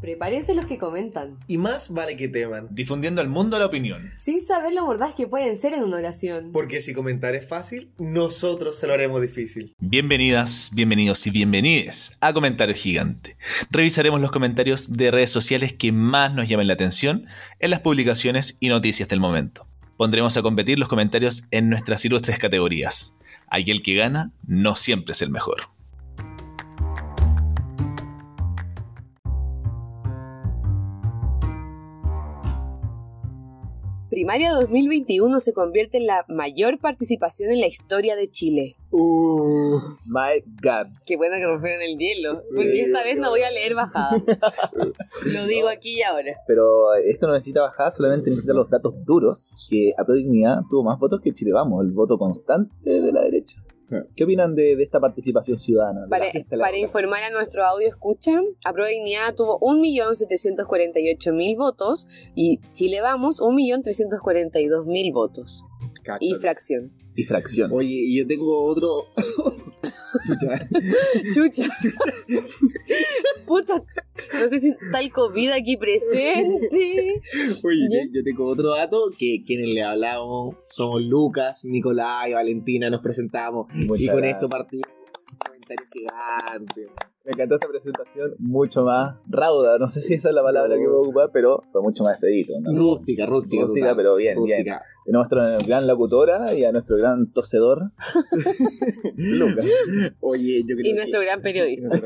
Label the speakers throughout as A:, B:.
A: Prepárense los que comentan.
B: Y más vale que teman.
C: difundiendo al mundo la opinión.
A: Sin saber lo mordaz que pueden ser en una oración.
B: Porque si comentar es fácil, nosotros se lo haremos difícil.
C: Bienvenidas, bienvenidos y bienvenides a Comentario Gigante. Revisaremos los comentarios de redes sociales que más nos llamen la atención en las publicaciones y noticias del momento. Pondremos a competir los comentarios en nuestras ilustres categorías. Aquel que gana no siempre es el mejor.
A: Primaria 2021 se convierte en la mayor participación en la historia de Chile.
D: Uh, my God.
A: Qué bueno que rompieron el hielo.
D: Sí,
A: Porque esta vez
D: bueno.
A: no voy a leer bajada. lo digo aquí y ahora.
D: Pero esto no necesita bajada, solamente necesita los datos duros. Que a dignidad tuvo más votos que Chile Vamos, el voto constante de la derecha.
E: Ah.
D: ¿Qué opinan de, de esta participación ciudadana? de la
A: Para,
D: fiesta de la
A: para
D: democracia?
A: informar a nuestro audio escucha, Aprueba Dignidad tuvo 1.748.000 votos y Chile Vamos 1.342.000 votos y fracción.
D: Y fracción.
E: Oye, y yo tengo otro.
A: Chucha. Puta, no sé si está el COVID aquí presente.
E: Oye,
A: ¿Ya?
E: yo, yo tengo otro dato que quienes le hablamos somos Lucas, Nicolás y Valentina, nos presentamos.
D: Muchas
E: y con
D: gracias.
E: esto partimos. Comentario gigante.
D: Me encantó esta presentación, mucho más rauda. No sé si esa es la palabra que voy a ocupar, pero fue mucho más expedito. ¿no?
E: Rústica, rústica.
D: Rústica,
E: total.
D: pero bien, bien.
E: Rústica.
D: Tenemos a nuestra gran locutora y a nuestro gran tosedor, Lucas.
E: Oye, yo creo
A: Y nuestro
E: que...
A: gran periodista.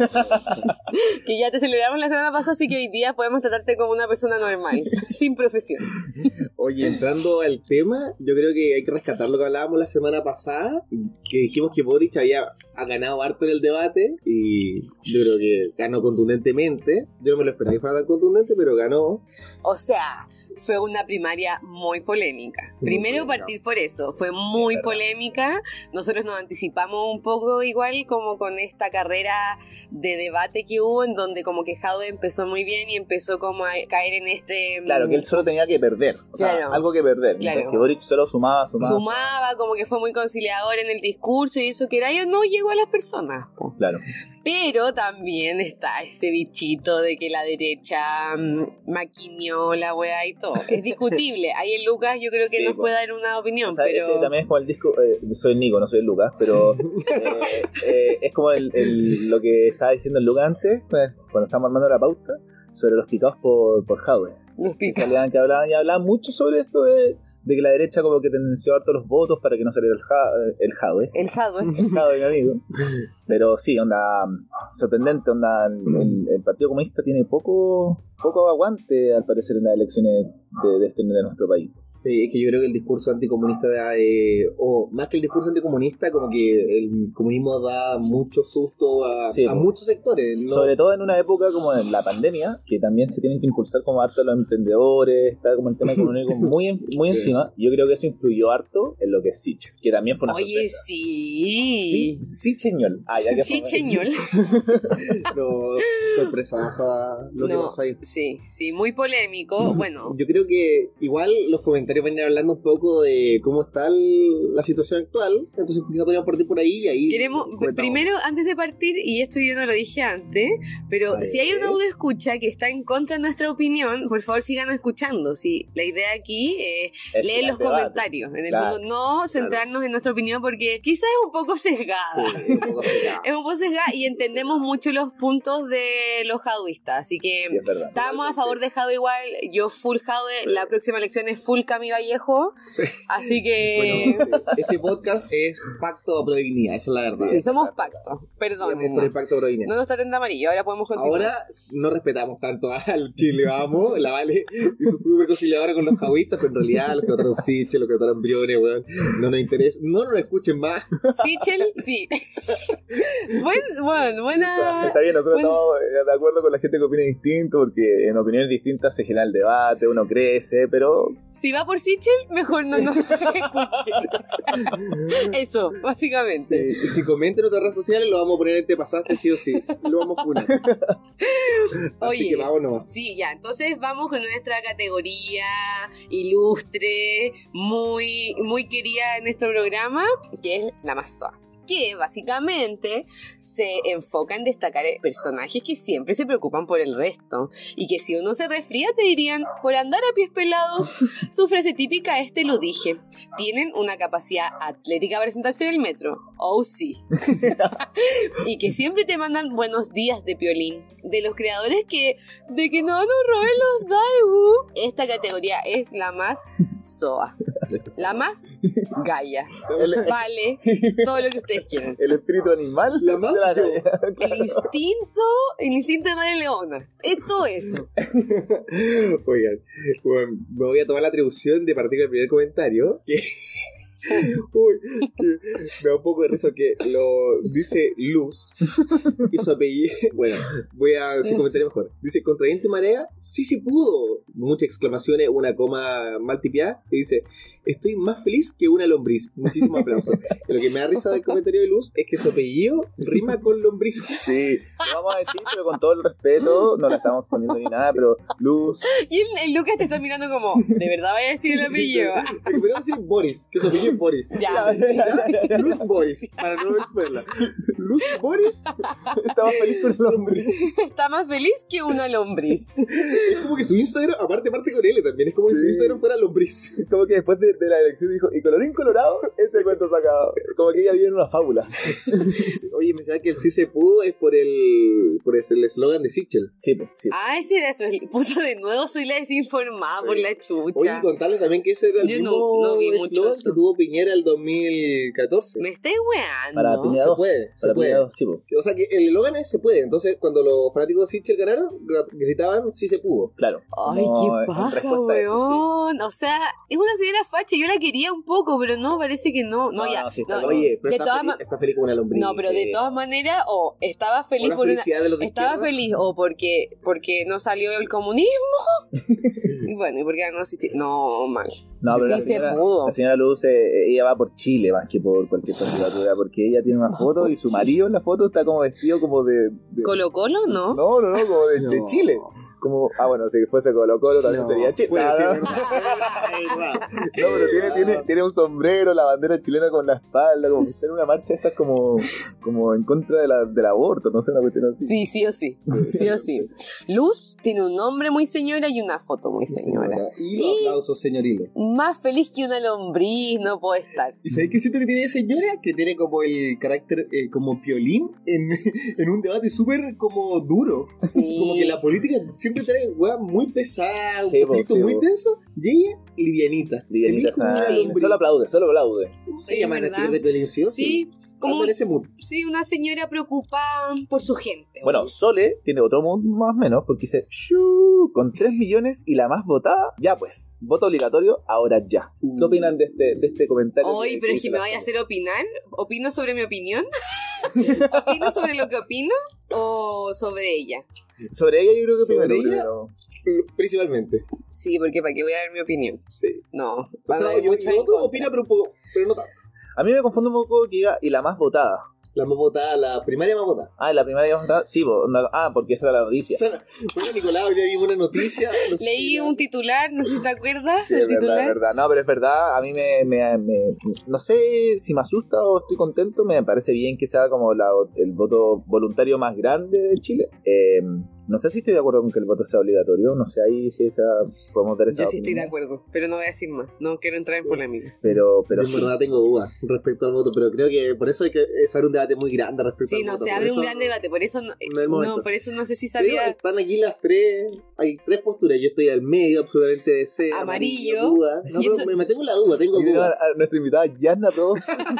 A: Que ya te celebramos la semana pasada, así que hoy día podemos tratarte como una persona normal, sin profesión.
E: Oye, entrando al tema, yo creo que hay que rescatar lo que hablábamos la semana pasada, que dijimos que Boric había ha ganado harto en el debate y yo creo que ganó contundentemente. Yo no me lo esperaba que fuera tan contundente, pero ganó.
A: O sea, fue una primaria muy polémica.
E: Muy
A: Primero
E: polémica.
A: partir por eso, fue muy
D: verdad.
A: polémica. Nosotros nos anticipamos un poco igual como con esta carrera de debate que hubo en donde como que Jadwe empezó muy bien y empezó como a caer en este... mm,
D: Claro, que él solo tenía que perder. O sea,
A: Claro.
D: algo que perder. mientras
A: Claro.
D: Que Boric solo sumaba, sumaba.
A: Sumaba, como que fue muy conciliador en el discurso y eso que era yo, no llegó a las personas. po.
D: Claro.
A: Pero también está ese bichito de que la derecha mm, maquineó la weá y todo. Es discutible. Ahí el Lucas yo creo que
D: Sí,
A: nos
D: po.
A: puede dar una opinión,
D: O sea,
A: pero...
D: ese también es como el disco. eh, yo soy el Nico, no soy el Lucas, pero eh, eh, es como el- el- lo que estaba diciendo el Lucas antes, pues, cuando estábamos armando la pauta, sobre los picados por, por Jadwe.
A: Nos
D: Que
A: pica.
D: salían, que hablaban y hablaban mucho sobre esto de, de que la derecha como que tendenció harto los votos para que no saliera el, ja, eh, el Jadwe.
A: El ¿eh? hardware.
D: El Jadwe, mi amigo. Pero sí, onda, sorprendente, onda, el, el Partido Comunista tiene poco poco aguante, al parecer, en las elecciones de, de este de nuestro país.
E: Sí, es que yo creo que el discurso anticomunista, da, eh, o más que el discurso anticomunista, como que el comunismo da mucho susto a,
D: Sí,
E: a
D: pues.
E: muchos sectores. ¿no?
D: Sobre todo en una época como en la pandemia, que también se tienen que impulsar como harto los emprendedores, está como el tema económico muy, en- muy
E: Sí.
D: encima. Yo creo que eso influyó harto en lo que es Siche, que también fue una
A: Oye,
D: sorpresa.
A: sí.
D: Sí, Sicheñol. Ah, ya que fue-
A: Chicheñol.
E: Pero sorpresa lo que
A: No.
E: pasó ahí.
A: Sí, sí, muy polémico. Bueno,
E: Yo creo que igual los comentarios van a ir hablando un poco de cómo está el- la situación actual. Entonces quizá podríamos partir por ahí y ahí.
A: queremos,
E: comentamos.
A: primero, antes de partir, y esto yo no lo dije antes, pero
E: Vale.
A: si hay un audio escucha que está en contra de nuestra opinión, por favor sigan escuchando. Sí, la idea aquí es
D: es
A: leer
D: el
A: los
D: debate.
A: comentarios. En el
D: Claro.
A: fondo, no centrarnos en nuestra opinión porque quizás es un poco
E: Sí,
A: sesgada.
E: un poco acelerado.
A: Es un poco sesgada y entendemos mucho los puntos de los jaduistas. Así que
D: Sí, es verdad.
A: Estábamos a favor de Jadwe igual, yo full Jadwe, la próxima elección es full Cami Vallejo,
E: Sí.
A: así que
E: Bueno, este podcast es pacto pro dignidad, esa es la verdad.
A: sí, somos pacto, perdón.
E: Vamos por el pacto pro dignidad.
A: No nos está teniendo amarillo, ahora podemos continuar.
E: Ahora no respetamos tanto al Chile, vamos, la Vale, y su primer conciliadora con los jaguistas, pero en realidad los que trataron Siche, los que trataron Briones, weón, no nos interesa, no nos escuchen más.
A: Sí, Chel, sí. Buen- buen- buena...
D: Está bien, nosotros
A: Bueno.
D: estamos eh, de acuerdo con la gente que opina distinto, porque en opiniones distintas se genera el debate, uno crece, pero
A: Si va por Sichel, mejor no nos escuchen. Eso, básicamente.
E: Eh, y si comenten en otras redes sociales, lo vamos a poner en te pasaste sí o sí, lo vamos a poner. Así
A: Oye.
E: que vámonos.
A: Sí, ya, entonces vamos con nuestra categoría ilustre, muy, muy querida en nuestro programa, que es la más suave. que básicamente se enfoca en destacar eh, personajes que siempre se preocupan por el resto y que si uno se resfría te dirían, por andar a pies pelados, su frase típica este lo dije, tienen una capacidad atlética para sentarse en el metro, oh sí, y que siempre te mandan buenos días de Piolín, de los creadores que, de que no nos roben los Daewoo, esta categoría es la más soa, la más gaya, vale, todo lo que ustedes quieran.
D: El espíritu animal.
E: La más
D: de la
E: yo.
D: galla.
A: El instinto, el instinto de Madre Leona. Es todo eso.
E: Oigan, bueno, me voy a tomar la atribución de partir del primer comentario. que- Uy, que me da un poco de risa que lo dice Luz y su apellido. Bueno, voy a hacer comentario mejor. Dice: Contrayente marea, sí se pudo. Muchas exclamaciones, una coma mal tipiada. Y dice: Estoy más feliz que una lombriz. Muchísimo aplauso. Y lo que me da risa del comentario de Luz es que su apellido rima con lombriz.
D: Sí, lo vamos a decir, pero con todo el respeto, no la estamos poniendo ni nada, pero Luz,
A: Y el, el Lucas te está mirando como, ¿de verdad voy a decir el apellido?
E: Pero voy a decir Boris, que su apellido es Boris.
A: Ya.
E: Luz Boris, para no exponerla. Luz Boris
D: estamos felices con el hombre.
A: Está más feliz que una lombriz.
E: es como que su Instagram, aparte parte con L también, es como que su
D: Sí.
E: Instagram fuera lombriz.
D: Como que después de, de la elección dijo, y colorín colorado, ese cuento se acabó. Como que ella vive en una fábula.
E: Oye, me decía que el sí se pudo es por el por el eslogan de Sitchell.
D: Sí, pues, sí.
E: Ah,
A: Ay, Ah, ese era su puto de nuevo soy la desinformada por la
E: Oye,
A: chucha.
E: contarle también que ese era el
A: Yo no-
E: mismo
A: no vi mucho
E: eslogan
A: eso.
E: que tuvo Piñera el 2014.
A: Me estoy
D: Para
A: weando.
D: Piñera
E: Se
D: dos.
E: puede, se
D: Para
E: puede.
D: Piñera dos, sí, pues.
E: O sea que el eslogan es se puede. Entonces, cuando los fanáticos de Sitchell ganaron, gra- gritaban sí se pudo.
D: Claro.
A: Ay,
D: No, en
A: qué paja,
D: respuesta a eso, sí.
A: weón. O sea, es una señora facha. Yo la quería un poco, pero no, parece que no. No,
D: No,
A: ya.
D: no, sí,
A: No,
D: está bien.
E: Oye, pero
A: de
E: está,
A: todas
E: feliz,
A: ma-
E: está feliz como una lombriz.
A: no, pero de
E: eh.
A: todas maneras, o estaba
E: O
A: feliz
E: la
A: por una.
E: felicidad de los de
A: Estaba
E: izquierda.
A: feliz o porque porque no salió el comunismo y bueno y porque ganó asistir. No mal.
D: No, pero
A: Sí
D: la
A: se
D: señora,
A: pudo.
D: la señora Luz, eh, ella va por Chile más que por cualquier candidatura, porque ella tiene una foto y su marido en la foto está como vestido como de... de-
A: Colo Colo no.
D: no, no, no, como de, de
E: No.
D: Chile. Como, ah, bueno, si fuese Colo Colo también
E: No,
D: sería Chile.
E: puede
D: No,
E: ser,
D: no,
E: ¿verdad? Es verdad.
D: No, pero tiene, tiene, tiene un sombrero, la bandera chilena con la espalda, como que está en una marcha esta como, como en contra de la, del aborto, no sé, una cuestión así.
A: Sí, sí o sí. Sí o sí. Luz tiene un nombre muy señora y una foto muy señora.
E: Y los
A: Y-
E: aplausos señoriles.
A: Más feliz que una lombriz no puede estar.
E: ¿Y sabéis qué siento que tiene de señora? Que tiene como el carácter eh, como piolín en, en un debate súper como duro.
A: Sí.
E: Como que la política siempre trae weá muy pesada, un
D: Sí, po,
E: conflicto
D: sí,
E: muy
D: po.
E: tenso, y ella livianita.
D: Livianita,
E: Feliz como una
D: sana.
A: sí.
E: lombriz.
D: Solo aplaude, solo aplaude.
A: Sí,
E: Ella manda
A: ¿verdad?
E: stickers de piolín, sí. Ah, o
A: Sí, como
E: Anda en ese mood.
A: sí, una señora preocupada por su gente.
D: Bueno, Sole tiene otro mood más o menos, porque dice, "Shuu", con 3 millones y la más votada, ya pues, voto obligatorio, ahora ya. ¿Qué opinan de este, de este comentario?
A: Hoy, Uh. pero es que me vaya a hacer opinar. ¿Opino sobre mi opinión? ¿Opino sobre lo que opino o sobre ella?
D: Sobre ella yo creo que
E: Sobre
D: primero,
E: ella.
D: primero.
E: Principalmente.
A: Sí, porque para qué voy a dar mi opinión.
E: Sí.
A: No,
E: O
A: van a
E: sea,
A: haber
E: yo,
A: mucho
E: yo
A: en contra.
E: opino, pero, un poco- pero no tanto.
D: A mí me confunde un poco que diga, y la más votada.
E: La más votada, la primaria más votada.
D: Ah, ¿y la primera que más votada, sí, po, onda- ah, porque esa era la
E: O
D: noticia.
E: sea, bueno, Nicolás, hoy día vimos una noticia. no sé si
A: Leí
E: la-
A: un titular, no sé si te acuerdas
D: Sí,
A: del
D: es verdad, es
A: titular.
D: verdad. No, pero es verdad, a mí me, me- me- No sé si me asusta o estoy contento, me parece bien que sea como la- el voto voluntario más grande de Chile. Eh, no sé si estoy de acuerdo con que el voto sea obligatorio, no sé ahí si esa, podemos dar esa...
A: Yo sí estoy de
D: opinión,
A: acuerdo, pero no voy a decir más. No quiero entrar en polémica.
D: Pero, pero
E: Yo en
D: sí.
E: verdad tengo dudas respecto al voto, pero creo que por eso hay que es abrir un debate muy grande respecto
A: Sí,
E: al
A: no,
E: voto.
A: se
E: por
A: abre un
E: eso
A: gran debate, por eso no,
E: No hay momento.
A: no, por eso no sé si
E: Pero
A: sabía.
E: están aquí las tres, hay tres posturas. Yo estoy al medio, absolutamente de C,
A: Amarillo.
E: duda. No,
A: Y
E: pero
A: eso-
E: me, me tengo la duda, tengo
D: Y tenemos a,
E: dudas.
D: a nuestra invitada Yana todos.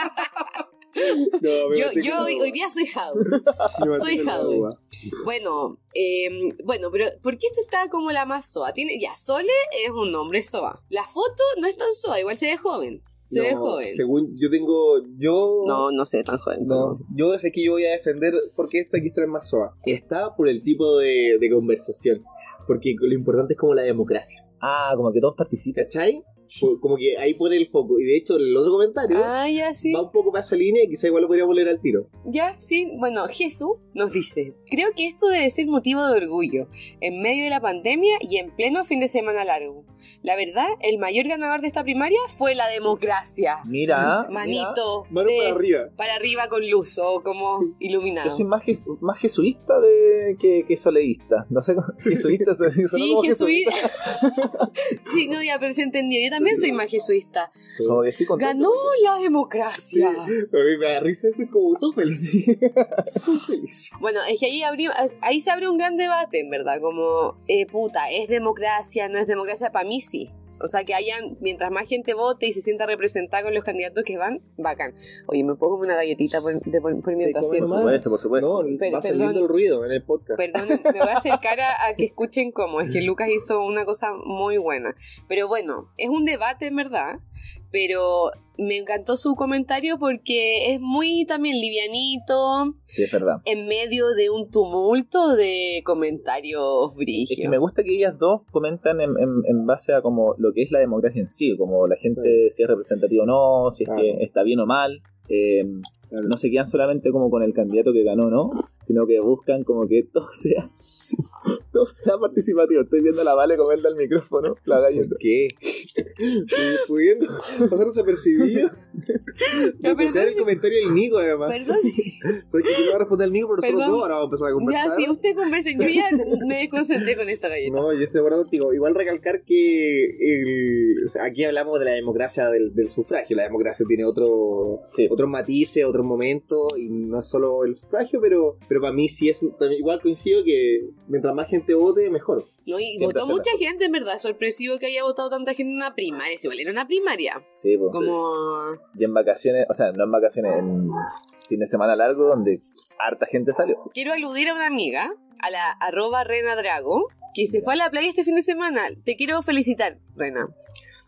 E: No, me
A: Yo,
E: mantengo
A: yo
E: la
A: hoy,
E: duda.
A: hoy día soy Jado.
E: Me mantengo
A: soy
E: la
A: Jadwe.
E: duda.
A: Bueno, eh, bueno, pero ¿por qué esto está como la más soa? Tiene, ya, Sole es un nombre soa. La foto no es tan soa, igual se ve joven. Se ve
E: No,
A: joven.
E: Según yo tengo. Yo.
A: No, no se ve tan joven.
E: No, yo sé que yo voy a defender porque esta aquí está en más soa. Está por el tipo de, de conversación. Porque lo importante es como la democracia.
D: Ah, como que todos participan.
E: ¿Cachai? Fue Como que ahí pone el foco. Y de hecho, el otro comentario
A: Ah, ya sí.
E: va un poco más a esa línea y quizá igual lo podría volver al tiro.
A: Ya, sí, bueno, Jesús nos dice, creo que esto debe ser motivo de orgullo, en medio de la pandemia y en pleno fin de semana largo. La verdad, el mayor ganador de esta primaria fue la democracia.
D: Mira.
A: Manito,
E: Mano
A: de-
E: para arriba.
A: para arriba con luz o como
D: mira, Yo
A: iluminado.
D: soy más, jes- más jesuista de, que, que soleísta. No sé, cómo- jesuista sonó
A: Sí,
D: como
A: jesuita. sí, no, ya, pero se entendió. Yo también soy más jesuista.
D: Como que estoy contento.
A: Ganó la democracia.
E: A mí me da risa eso, es como todo feliz. Todo feliz.
A: Bueno, es que ahí, abrí- ahí se abre un gran debate, en verdad, como, eh, puta, ¿es democracia? ¿No es democracia? Para mí sí. O sea, que hayan, mientras más gente vote y se sienta representada con los candidatos que van, bacán. Oye, ¿me puedo comer una galletita por, de, por, por mientras,
D: Por
E: come
A: cierto?
E: nomás.
D: supuesto, por supuesto.
E: No,
A: Pero,
E: va
A: perdón.
E: saliendo el ruido en el podcast.
A: Perdón, me voy a acercar a, a que escuchen cómo. Es que Lucas hizo una cosa muy buena. Pero bueno, es un debate en verdad. Pero me encantó su comentario porque es muy también livianito.
D: Sí, es verdad.
A: En medio de un tumulto de comentarios
D: Es que
A: brígidos.
D: me gusta que ellas dos comentan en, en- en base a como lo que es la democracia en sí, como la gente si es representativa o no, si es
E: Claro.
D: que está bien o mal. eh, No se quedan solamente como con el candidato que ganó, ¿no? Sino que buscan como que todo sea, todo sea participativo. Estoy viendo a la Vale comenta al micrófono, la galleta.
E: ¿Por qué? Y Pudiendo pasar desapercibido.
A: No,
E: Ocultar
A: perdón.
E: el comentario del Nico, además.
A: Perdón,
E: Sabes que yo le voy a responder al Nico, pero nosotros
A: Perdón.
E: dos ahora vamos a empezar a
A: ya
E: conversar.
A: si usted conversa, yo ya me desconcentré con esta galleta.
E: No, este yo estoy de acuerdo contigo. Igual recalcar que el- o sea, aquí hablamos de la democracia del, del sufragio. La democracia tiene otro,
D: Sí.
E: otros matices, otros momentos, y no es solo el sufragio, pero, pero para mí sí es. también Igual coincido que mientras más gente vote, mejor.
A: No, y
D: Siempre
A: votó
D: se
A: mucha gente, en verdad. Sorpresivo que haya votado tanta gente en una primaria. Si igual era una primaria.
D: Sí, po.
A: Como.
D: y en vacaciones, o sea, no en vacaciones, en fin de semana largo donde harta gente salió.
A: quiero aludir a una amiga, a la arroba Rena Drago, que se fue a la playa este fin de semana. Te quiero felicitar, Rena.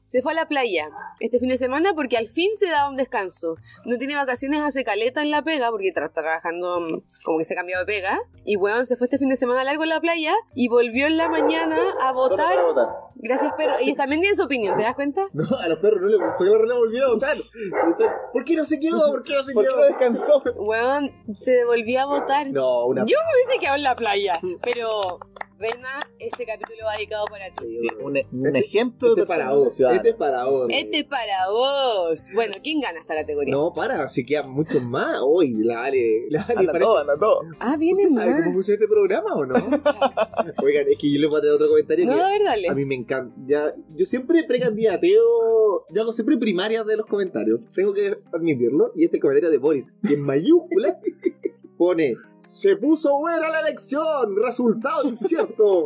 A: Se fue a la playa este fin de semana porque al fin se da un descanso. No tiene vacaciones, hace caleta en la pega porque tra- está trabajando mm, como que se ha cambiado de pega. Y weón, se fue este fin de semana largo en la playa y volvió en la mañana a
D: Solo para
A: votar.
D: votar.
A: Gracias, perro. Ellos también tienen su opinión, ¿te das cuenta?
E: No, a los perros no les gustó que la reina volviera a votar. Entonces, ¿Por qué no se quedó? ¿Por qué no se
D: ¿Por
E: quedó?
D: qué no descansó?
A: Weón, se devolvió a votar.
E: No, una.
A: Yo me hubiese quedado en la playa, pero Rena, este capítulo va dedicado para ti.
D: Sí, un, un ejemplo
E: Este
D: de
E: es para
D: persona, de
E: vos.
D: ciudadano.
E: Este es para vos.
A: Este para vos. Bueno, ¿quién gana esta categoría?
E: No, para, si quedan muchos más. Uy, la vale. La vale,
D: Anda
E: parece-
D: todo, anda todo.
A: Ah,
E: ¿Usted
A: viene
E: sabe
A: más.
E: cómo funciona este programa o no? Oigan, es que yo les voy a traer otro comentario
A: No, a
E: que
A: ver, dale.
E: a mí me encanta. Ya, yo siempre precandidateo, yo hago siempre primarias de los comentarios. Tengo que admitirlo. Y este comentario de Boris, que en mayúscula pone: Se puso buena la elección, resultado incierto.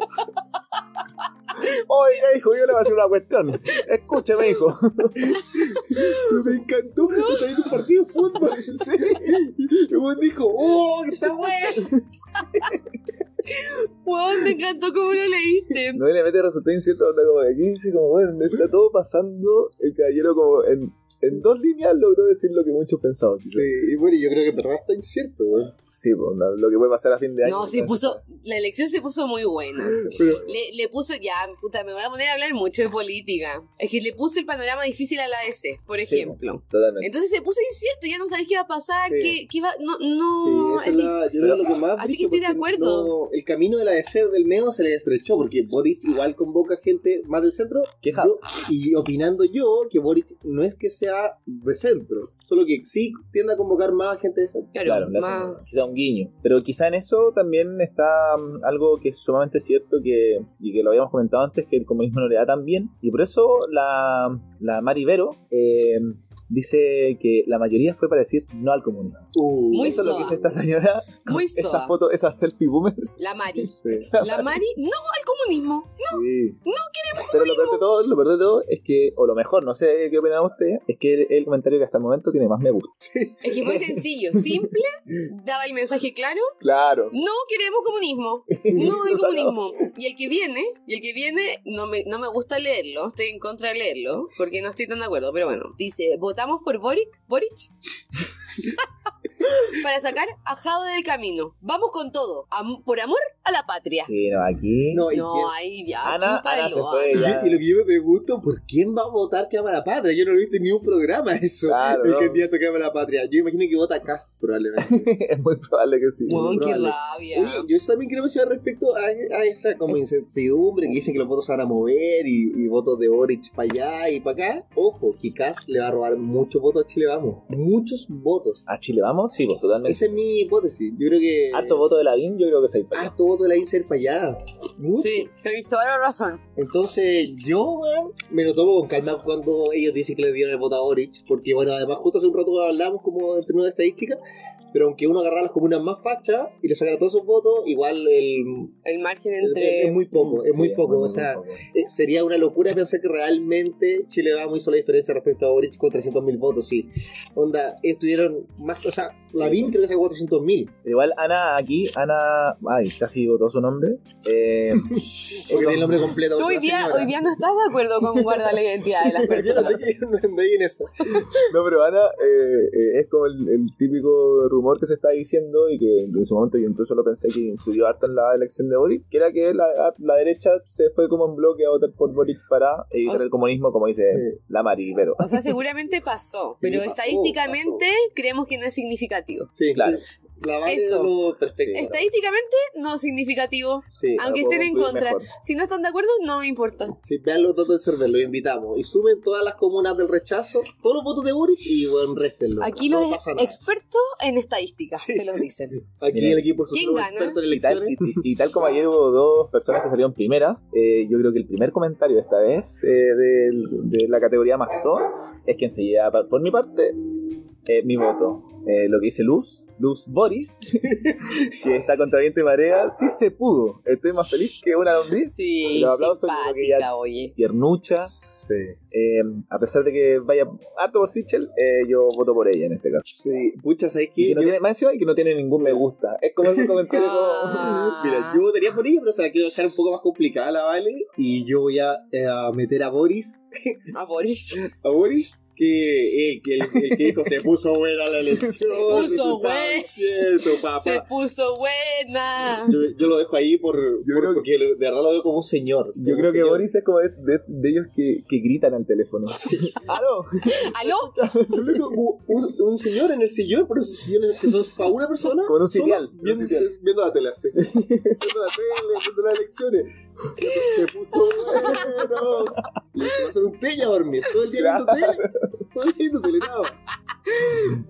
D: Oiga, hijo, yo le voy a hacer una cuestión. Escúcheme, hijo.
E: me encantó que está viendo un partido de fútbol. Sí. Y vos dijo: ¡Oh, está bueno!
A: Weón, me encantó cómo lo leíste.
D: No le mete resultado incierto, onda como de 15, como bueno, está todo pasando. El caballero, como en, en dos líneas, logró decir lo que muchos pensaban. quizás.
E: Sí, y bueno, yo creo que en verdad está incierto, weón.
D: Sí, pues, onda, lo que puede pasar a fin de año.
A: No, se puso. La elección se puso muy buena.
E: Pero-
A: Le, le puso, ya, puta, me voy a poner a hablar mucho de política. Es que le puso el panorama difícil a la ADC, por
D: Sí,
A: ejemplo.
D: Totalmente.
A: Entonces se puso incierto, ya no sabes qué va a pasar,
E: Sí.
A: qué, qué va. No,
E: Sí,
A: no.
E: esa
A: es
E: es
A: di-
E: la- yo creo lo que más
A: Así
E: brillo,
A: que estoy de
E: porque
A: acuerdo.
E: no- el camino de la DC del medio se le estrechó porque Boric igual convoca gente más del centro
D: Queja.
E: Yo- y opinando yo que Boric no es que sea de centro, solo que sí tiende a convocar más gente de centro.
A: Claro,
D: Claro, le
A: más-
D: hacen quizá un guiño. Pero quizá en eso también está mm, algo que es sumamente cierto que, y que lo habíamos comentado antes, que el comunismo no le da tan bien. Y por eso la, la Mari Vero eh, dice que la mayoría fue para decir no al comunismo.
E: Uh,
A: Muy
D: eso es lo que
A: soa.
D: dice esta señora. con
A: Muy
D: esa
A: soa.
D: foto, esa selfie boomer.
A: La Mari.
E: sí.
A: La Mari. No al comunismo.
D: Sí. No queremos Pero lo peor, de todo, lo peor de todo es que, o lo mejor, no sé qué opinaba usted, es que el, el comentario que hasta el momento tiene más me gusta.
A: Es que fue sencillo, simple, daba el mensaje claro.
D: Claro.
A: No queremos comunismo. No el comunismo. Y el que viene, y el que viene, no me, no me gusta leerlo, estoy en contra de leerlo, porque no estoy tan de acuerdo, pero bueno. Dice, votamos por Boric, Boric. para sacar a Jade del camino. Vamos con todo, am- por amor a la patria.
D: Sí, no, aquí.
E: No, y
A: No, ahí ya,
D: Ana-
A: chúpalo,
D: Ana se fue,
A: Ana.
E: Y, y lo que yo me pregunto, ¿por quién va a votar que ama la patria? Yo no he visto en ningún programa eso.
D: Claro,
E: el
D: no.
E: candidato que ama la patria. Yo imagino que vota Cast, probablemente.
D: es muy probable que sí.
A: Weón, qué
E: Probable.
A: rabia.
E: Oye, yo eso también quiero mencionar respecto a, a esta como incertidumbre que dicen que los votos se van a mover y, y votos de Boric para allá y para acá. Ojo, que Cast le va a robar muchos votos a Chile Vamos. Muchos votos.
D: ¿A Chile vamos? Sí, pues, totalmente.
E: Esa es mi hipótesis. Yo creo que...
D: Harto voto de la BIM, yo creo que seis para allá.
E: Harto voto de la INSER para allá. Mucho.
A: Sí, he visto ahora razón.
E: Entonces, yo weón, me lo tomo con calma cuando ellos dicen que le dieron el voto a Orich, porque bueno, además justo hace un rato hablamos como en términos de estadística, pero aunque uno agarrara las comunas más fachas y le sacara todos esos votos, igual el,
A: El margen
E: es,
A: entre.
E: es muy poco, es
D: Sí,
E: muy poco,
D: muy,
E: o sea,
D: muy poco.
E: eh, sería una locura pensar que realmente Chile va muy sola diferencia respecto a Orich con 300.000 votos, sí. Onda, estuvieron más, o sea, Lavín creo que sacó 400.000,
D: Igual Ana aquí, Ana, ay, casi votó su nombre. Eh,
E: porque tiene el nombre completo.
A: Tú hoy
E: la
A: día,
E: señora.
A: hoy día no estás de acuerdo con guardar la identidad de las
E: Yo no
A: personas.
E: sé que yo no ando ahí en eso.
D: no, pero Ana eh, eh, es como el, el típico rumor que se está diciendo y que en su momento yo incluso lo pensé que incidió harto en la elección de Boric, que era que la, la derecha se fue como en bloque a votar por Boric para
E: Ah.
D: evitar el comunismo, como dice la Mari, pero
A: O sea, seguramente pasó, pero
E: pasó,
A: estadísticamente creemos que no es significativo.
E: Sí,
D: Claro.
E: La Vale
A: Eso.
E: lo perfecto.
A: Estadísticamente no es significativo.
E: Sí,
A: Aunque
D: puedo
A: estén en
D: concluir
A: contra.
D: mejor.
A: Si no están de acuerdo, no me importa.
E: sí, vean los datos de Cervel, los invitamos. Y sumen todas las comunas del rechazo, todos los votos de Uri y bueno, réstenlo.
A: Aquí
E: no
A: los
E: pasa nada.
A: expertos en estadística se los dicen.
E: Aquí
D: Mira.
E: el equipo es
A: ¿Quién
E: un
A: gana?
E: experto en
D: Y tal, y,
E: elecciones.
D: y- y tal como ayer hubo dos personas que salieron primeras, eh, yo creo que el primer comentario esta vez eh, del- de, la categoría Amazon es que enseguida, pa- por mi parte, eh, mi voto. Eh, lo que dice Luz, Luz Boris, que está contra viento y marea, sí se pudo. Estoy más feliz que una lombriz.
A: Sí,
D: Pero aplauso, como que ya-
A: simpática, oye.
D: Tiernucha,
E: Sí.
D: eh, a pesar de que vaya harto por Sichel, eh, yo voto por ella en este caso.
E: Sí, pucha, ¿sabes
D: Y
E: qué?
D: que no
E: Yo-
D: tiene, más encima y que no tiene ningún me gusta. Es como ese comentario como...
A: Ah.
E: Mira, yo votaría por ella, pero o sea, quiero dejar un poco más complicada la Vale. Y yo voy a, eh, a meter a Boris.
A: A Boris.
E: ¿A Boris? Que, eh, que el, el que dijo se puso buena la elección.
A: Se puso
E: resultado
A: buena.
E: Cierto, papá.
A: Se puso buena.
E: Yo, yo lo dejo ahí por, por-
D: creo que-
E: porque lo- de verdad lo veo como un señor.
D: Yo
E: como
D: creo
E: un
D: que
E: señor.
D: Boris es como de, de- de ellos que, que gritan al teléfono. ¡Aló!
A: ¿Aló?
E: Yo creo que hubo un, un señor en el sillón, pero esos sillones que son para una persona.
D: Con un
E: solo
D: sitial.
E: Viendo, viendo la tele, así. Viendo la tele, viendo las elecciones. Se, se puso bueno. Le se va a hacer un té y a dormir. Todo el día viendo tele. Todo el día viendo tele, nada.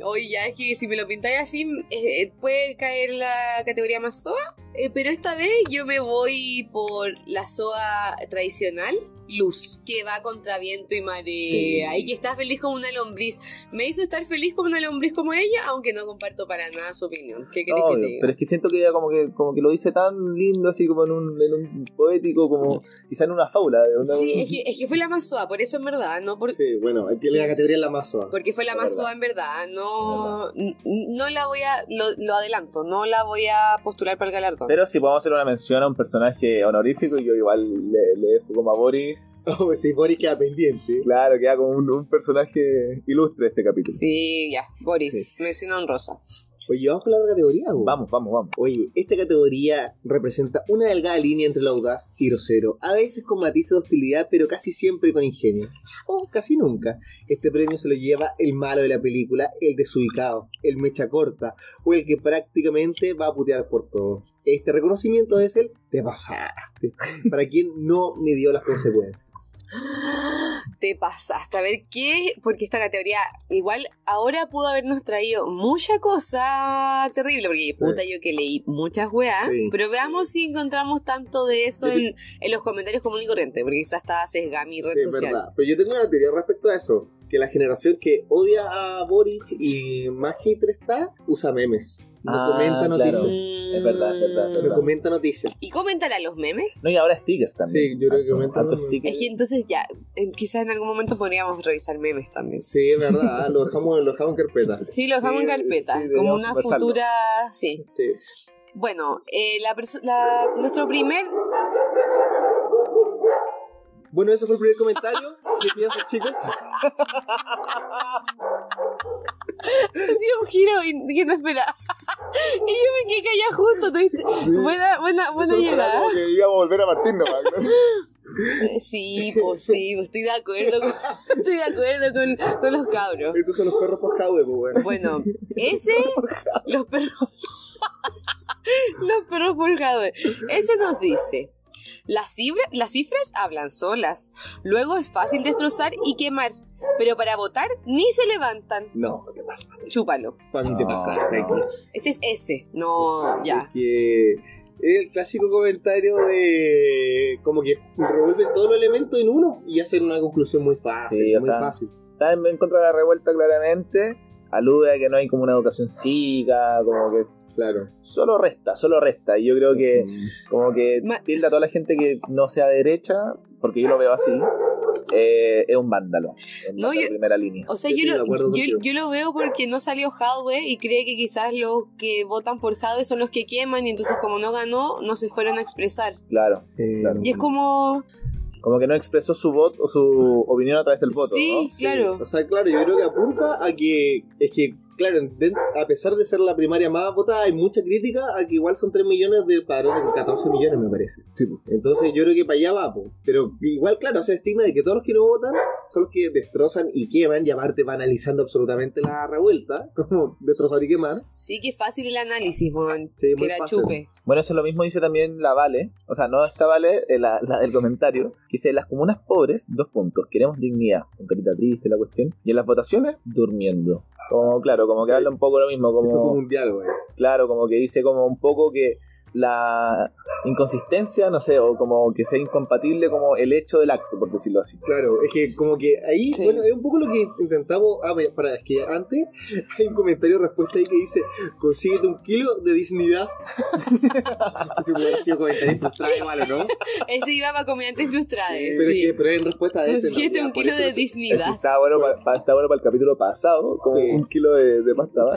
A: Oye, ya es que si me lo pintáis así, eh, eh, puede caer la categoría más SOA. Eh, pero esta vez yo me voy por la SOA tradicional, Luz, que va contra viento y marea.
D: Sí.
A: Y que está feliz como una lombriz. Me hizo estar feliz como una lombriz como ella, aunque no comparto para nada su opinión. ¿Qué querés que
D: Obvio,
A: te diga?
D: pero es que siento que ella como que, como que lo dice tan lindo, así como en un, en un poético, como quizá en una fábula. de una-
A: Sí, es que, es que fue la más SOA, por eso en verdad, no por,
E: Sí, bueno, aquí la categoría es la más suave.
A: Porque fue la
D: Es
A: más
D: verdad.
A: suave en verdad. No, n- no la voy a. Lo, lo adelanto, no la voy a postular para el galardón.
D: Pero si podemos hacer una mención a un personaje honorífico, yo igual le, le dejo como a Boris.
E: Oh, sí, Boris queda pendiente.
D: Claro, queda como un, un personaje ilustre este capítulo.
A: Sí, ya. Boris, mencionó en rosa.
E: Oye, vamos con Pues la otra categoría, güey.
D: Vamos, vamos, vamos.
E: Oye, esta categoría representa una delgada línea entre lo audaz y grosero, a veces con matices de hostilidad, pero casi siempre con ingenio, o casi nunca. Este premio se lo lleva el malo de la película, el desubicado, el mecha corta, o el que prácticamente va a putear por todo. Este reconocimiento es el te pasaste, para quien no me dio las consecuencias.
A: Te pasaste. A ver qué. Porque esta categoría, igual, ahora pudo habernos traído mucha cosa terrible. Porque puta, yo que leí muchas weas.
E: Sí.
A: Pero veamos si encontramos tanto de eso
E: Yo te-
A: en, en los comentarios común y corriente. Porque quizás está sesgada mi red
E: Sí, es
A: social.
E: verdad. Pero yo tengo una teoría respecto a eso. Que la generación que odia a Boric y más hater está, usa memes. No
D: Ah,
E: comenta
D: claro.
E: noticias.
D: Es verdad, es verdad, es
A: Mm.
E: No
D: verdad.
E: comenta noticias.
A: ¿Y comentará los memes?
D: No, y ahora stickers también.
E: Sí, yo creo que
D: Harto-
E: aumenta
D: harto
E: también.
D: stickers.
A: Es que entonces ya, eh, quizás en algún momento podríamos revisar memes también.
E: Sí, es verdad, ah, lo dejamos, lo dejamos en carpeta.
A: Sí, lo dejamos
E: Sí,
A: en carpeta,
E: sí,
A: como
E: deberíamos
A: una
D: conversarlo.
A: futura... Sí.
E: Sí.
A: Bueno, eh, la perso- la- nuestro primer...
E: Bueno, ese fue el primer comentario. ¿Qué piensas, chicos?
A: dio un giro in- que no esperaba. y yo me quedé callada justo. tuviste- Buena, buena, buena llegada.
D: que íbamos a volver a Martín nomás.
A: Sí, pues sí, pues estoy de acuerdo con, estoy de acuerdo con, con los cabros.
E: Estos son los perros por Jadwe, pues, weón.
A: Bueno, ese, los perros, los perros forjadores. Ese nos dice, las, cifra- las cifras hablan solas, luego es fácil destrozar y quemar, pero para votar ni se levantan.
E: No, ¿qué pasa?
A: Chúpalo.
E: Para mí te
D: No,
E: pasa.
D: no.
A: Ese es ese. No, ya.
E: Que es el clásico comentario de como que revuelven todos los elementos en uno y hacen una conclusión muy fácil,
D: Sí, o
E: muy
D: sea,
E: fácil.
D: Está en, en contra de la revuelta claramente. Alude a que no hay como una educación cívica, como que
E: Claro.
D: solo resta, solo resta. Y yo creo que como que
A: Ma-
D: tilda a toda la gente que no sea derecha, porque yo lo veo así, eh, es un vándalo. Un
A: No,
D: vándalo
A: yo-
D: de primera línea.
A: O sea,
E: Yo
A: yo
E: estoy de acuerdo
A: lo, yo,
E: contigo.
A: yo lo veo porque no salió Hadwe y cree que quizás los que votan por Hadwe son los que queman y entonces como no ganó, no se fueron a expresar.
D: Claro.
E: Eh,
D: Claro.
A: Y es como...
D: Como que no expresó su voto o su opinión a través del voto.
A: Sí,
D: ¿no?
A: claro.
E: O sea, claro, yo creo que apunta a que es que, claro, den- a pesar de ser la primaria más votada, hay mucha crítica a que igual son 3 millones de padrones, 14 millones me parece. Entonces yo creo que para allá va, po. pero igual, claro, hace estigma de que todos los que no votan son los que destrozan y queman y aparte banalizando absolutamente la revuelta, como destrozar y quemar.
A: Sí, que fácil el análisis, weón.
E: Sí,
A: Que
E: muy
A: la
E: fácil.
A: chupe.
D: Bueno, eso lo mismo dice también la Vale, o sea, no esta Vale, eh, la, la del comentario, que dice, las comunas pobres, dos puntos, queremos dignidad, con carita triste la cuestión, y en las votaciones, durmiendo. Como, claro, como que habla un poco lo mismo, como,
E: Eso es como un diálogo, eh.
D: claro, como que dice como un poco que la inconsistencia, no sé, o como que sea incompatible como el hecho del acto, por decirlo así.
E: Claro, es que como que ahí,
A: Sí.
E: bueno, es un poco lo que intentamos. Ah, mira, para, es que antes hay un comentario de respuesta ahí que dice: Consíguete un kilo de dignidad. Ese hubiera sido comentario frustrado, igual, ¿o ¿no?
A: Ese Este iba para comediantes frustrados.
E: Pero, es que, pero en respuesta a este.
A: Consíguete
E: no, ya,
A: un
E: por
A: kilo
E: eso
A: de
E: no-
A: Disney Ah,
D: Es que estaba bueno, para, el capítulo pasado, como
E: Sí.
D: un kilo de, de pasta. ¿va?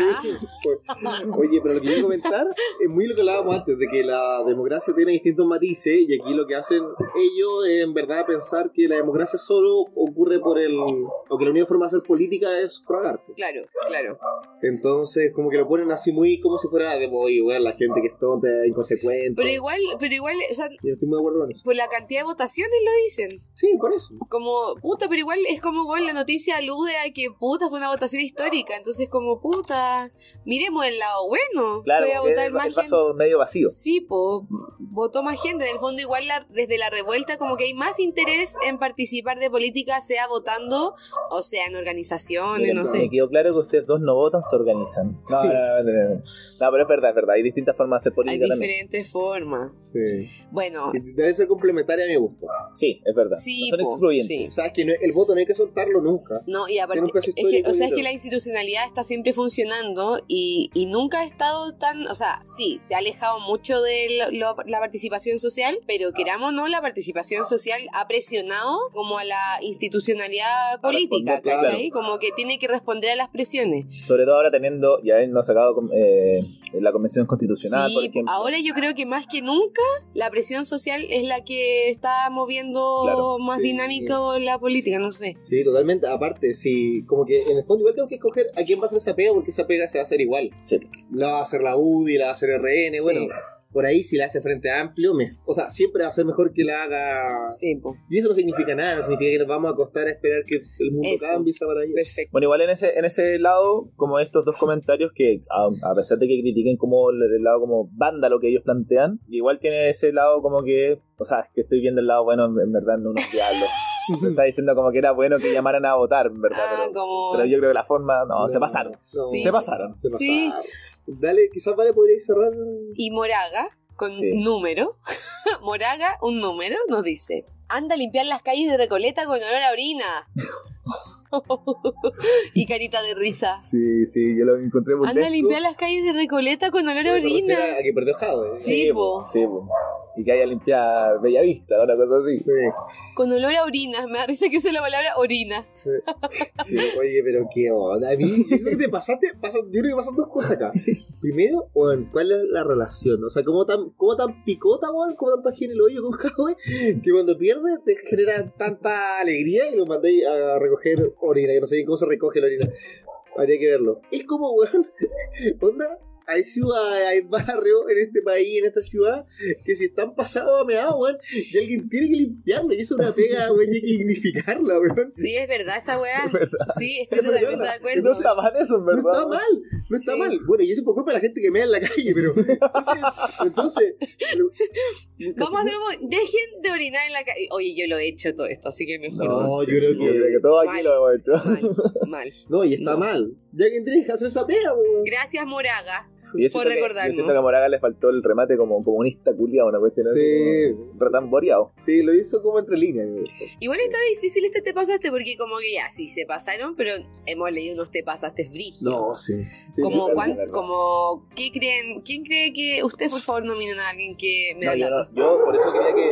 E: Pues, Oye, pero lo que quiero comentar es muy lo que hablábamos antes, de que la democracia tiene distintos matices y aquí lo que hacen ellos es en verdad pensar que la democracia solo ocurre por el... o que la única forma de hacer política es sufragar.
A: Claro, claro.
E: Entonces, como que lo ponen así muy como si fuera de, oye, weón, la gente que es tonta, inconsecuente.
A: Pero igual, pero igual, o sea,
E: Yo estoy muy de acuerdo con eso.
A: por la cantidad de votaciones lo dicen.
E: Sí, por eso.
A: Como, puta, pero igual es como, bueno, la noticia alude a que, puta, fue una votación histórica. Entonces, como, puta, miremos el lado bueno.
D: Claro,
A: Voy a
D: como que
A: votar
D: el,
A: más
D: el
A: gente.
D: vaso medio vacío.
A: Sí, po, votó más gente. En el fondo, igual la- desde la revuelta, como que hay más interés en participar de política, sea votando o sea en organizaciones,
D: Miren,
A: no
D: Me
A: sé.
D: quedó claro que ustedes dos no votan, se organizan. No, no, no, no, no. No, pero es verdad, es verdad. Hay distintas formas de hacer
A: Hay
D: política también.
A: diferentes formas.
E: Sí.
A: Bueno,
E: Debe ser complementaria a mi gusto.
D: Sí, es verdad.
A: sí,
D: no son
A: po,
D: excluyentes.
A: sí.
E: O sea, que no- el voto no hay que soltarlo nunca.
A: No, y aparte,
E: Tiene un peso
A: es que,
E: histórico,
A: o sea,
E: yo
A: es que
E: creo.
A: la institucionalidad está siempre funcionando y, y nunca ha estado tan, o sea, sí, se ha alejado mucho de lo- lo- la participación social, pero queramos o no, la participación social ha presionado como a la institucionalidad política,
E: responder, claro.
A: ¿cachai? Como que tiene que responder a las presiones.
D: Sobre todo ahora teniendo, ya nos ha sacado eh, la Convención Constitucional, por
A: Sí, ah.
D: ejemplo.
A: ahora yo creo que más que nunca la presión social es la que está moviendo
D: Claro,
A: más
E: sí.
A: dinámico la política, no sé.
E: Sí, totalmente. Aparte, sí, como que en el fondo igual tengo que escoger a quién va a hacer esa pega, porque esa pega se va a hacer igual.
D: Sí.
E: La va a hacer la UDI, la va a hacer RN,
A: Sí.
E: bueno. Por ahí, si la hace Frente Amplio, me- o sea, siempre va a ser mejor que la haga...
A: Sí, po,
E: Y eso no significa nada, no significa que nos vamos a acostar a esperar que el mundo
A: Eso.
E: cambie esa para ellos.
A: perfecto.
D: Bueno, igual en ese, en ese lado, como estos dos comentarios que, a, a pesar de que critiquen como el, el lado como banda lo que ellos plantean, igual tiene ese lado como que, o sea, es que estoy viendo el lado bueno, en verdad, no unos diablos. Se está diciendo como que era bueno que llamaran a votar, en verdad.
A: Ah,
D: pero-
A: como...
D: Pero yo creo que la forma, no, se
E: No,
D: pasaron.
E: no,
A: Sí.
D: Se pasaron.
E: Se
A: Sí.
E: pasaron. Dale, quizás vale podría cerrar.
A: y Moraga, con
D: Sí.
A: número, Moraga, un número, nos dice, anda a limpiar las calles de Recoleta con olor a orina. y carita de risa.
D: Sí, sí, yo lo encontré muy
A: Anda a limpiar las calles de Recoleta con olor a
E: Se refiere
A: orina.
E: A que perdió Jade.
A: Sí, po.
D: Sí, po. Y que haya a limpiar Bellavista, una cosa así.
A: Con olor a orina. Me da risa que use la palabra orina.
E: Sí, oye, pero qué onda. A mí, yo creo que te pasaste, pasa- yo creo que pasan dos cosas acá. Primero, weón, ¿cuál es la relación? O sea, ¿cómo tan, cómo tan picota, weón? ¿Cómo tanto gira el hoyo con Jadwe? Que cuando pierdes te genera tanta alegría y lo mandáis a recoger orina, que no sé bien cómo se recoge la orina. Habría que verlo. Es como, weón, onda, hay ciudades, hay barrios en este país, en esta ciudad, que si están pasados a meado, weón, y alguien tiene que limpiarla, y eso es una pega, weón, y hay que dignificarla, weón.
A: Sí, es verdad esa weá.
D: Es verdad.
A: Sí, estoy
D: Es verdad.
A: totalmente de
D: No
A: acuerdo.
D: está mal eso, en
E: No
D: verdad.
E: está mal, no está
A: Sí.
E: mal. Bueno, y eso por culpa de la gente que mea en la calle, pero. entonces- Entonces.
A: Vamos a hacer un... Dejen de orinar en la calle. Oye, yo lo he hecho todo esto, así que mejor.
E: No, yo creo
D: Yo creo que todo aquí
A: Mal.
D: lo hemos hecho.
A: Mal, mal.
E: No, y está
A: No.
E: mal. Ya que tiene que hacer esa pega, weón.
A: Gracias, Moraga.
D: Y yo siento
A: Por
D: que-
A: recordarnos.
D: Yo siento que a Moraga le faltó el remate como comunista culiado, una cuestión así.
E: Sí,
D: como Retamboreado.
E: sí, lo hizo como entre líneas, weón.
A: Igual está difícil este te pasaste porque como que ya sí se pasaron, pero hemos leído unos te pasaste brígidos.
E: No, sí. Sí,
A: Como,
D: sí,
A: cuán-
D: verdad.
A: como, ¿qué creen? ¿Quién cree que ustedes por favor nominan a alguien que me
D: No,
A: da
D: yo,
A: lata?
D: no- yo por eso quería que.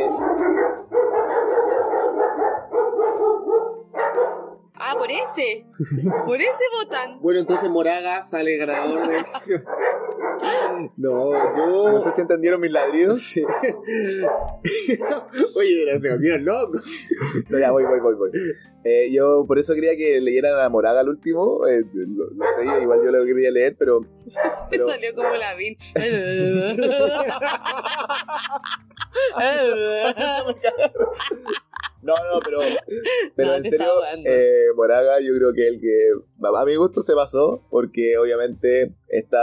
A: Ah, por ese. por ese votan.
E: Bueno, entonces Moraga sale ganador de... No, yo...
D: No sé si entendieron mis ladridos.
E: Sí. Oye, pero se volvieron locos.
D: No, ya, voy, voy, voy, voy. Eh, yo por eso quería que leyeran a Moraga al último. eh, lo, lo sé, igual yo lo quería leer, pero.
A: Me
D: pero-
A: salió como la vin.
D: No, no, pero. Pero
A: No,
D: en
A: te
D: serio,
A: estaba dando.
D: eh, Moraga, yo creo que el que. A mi gusto se pasó, porque obviamente está.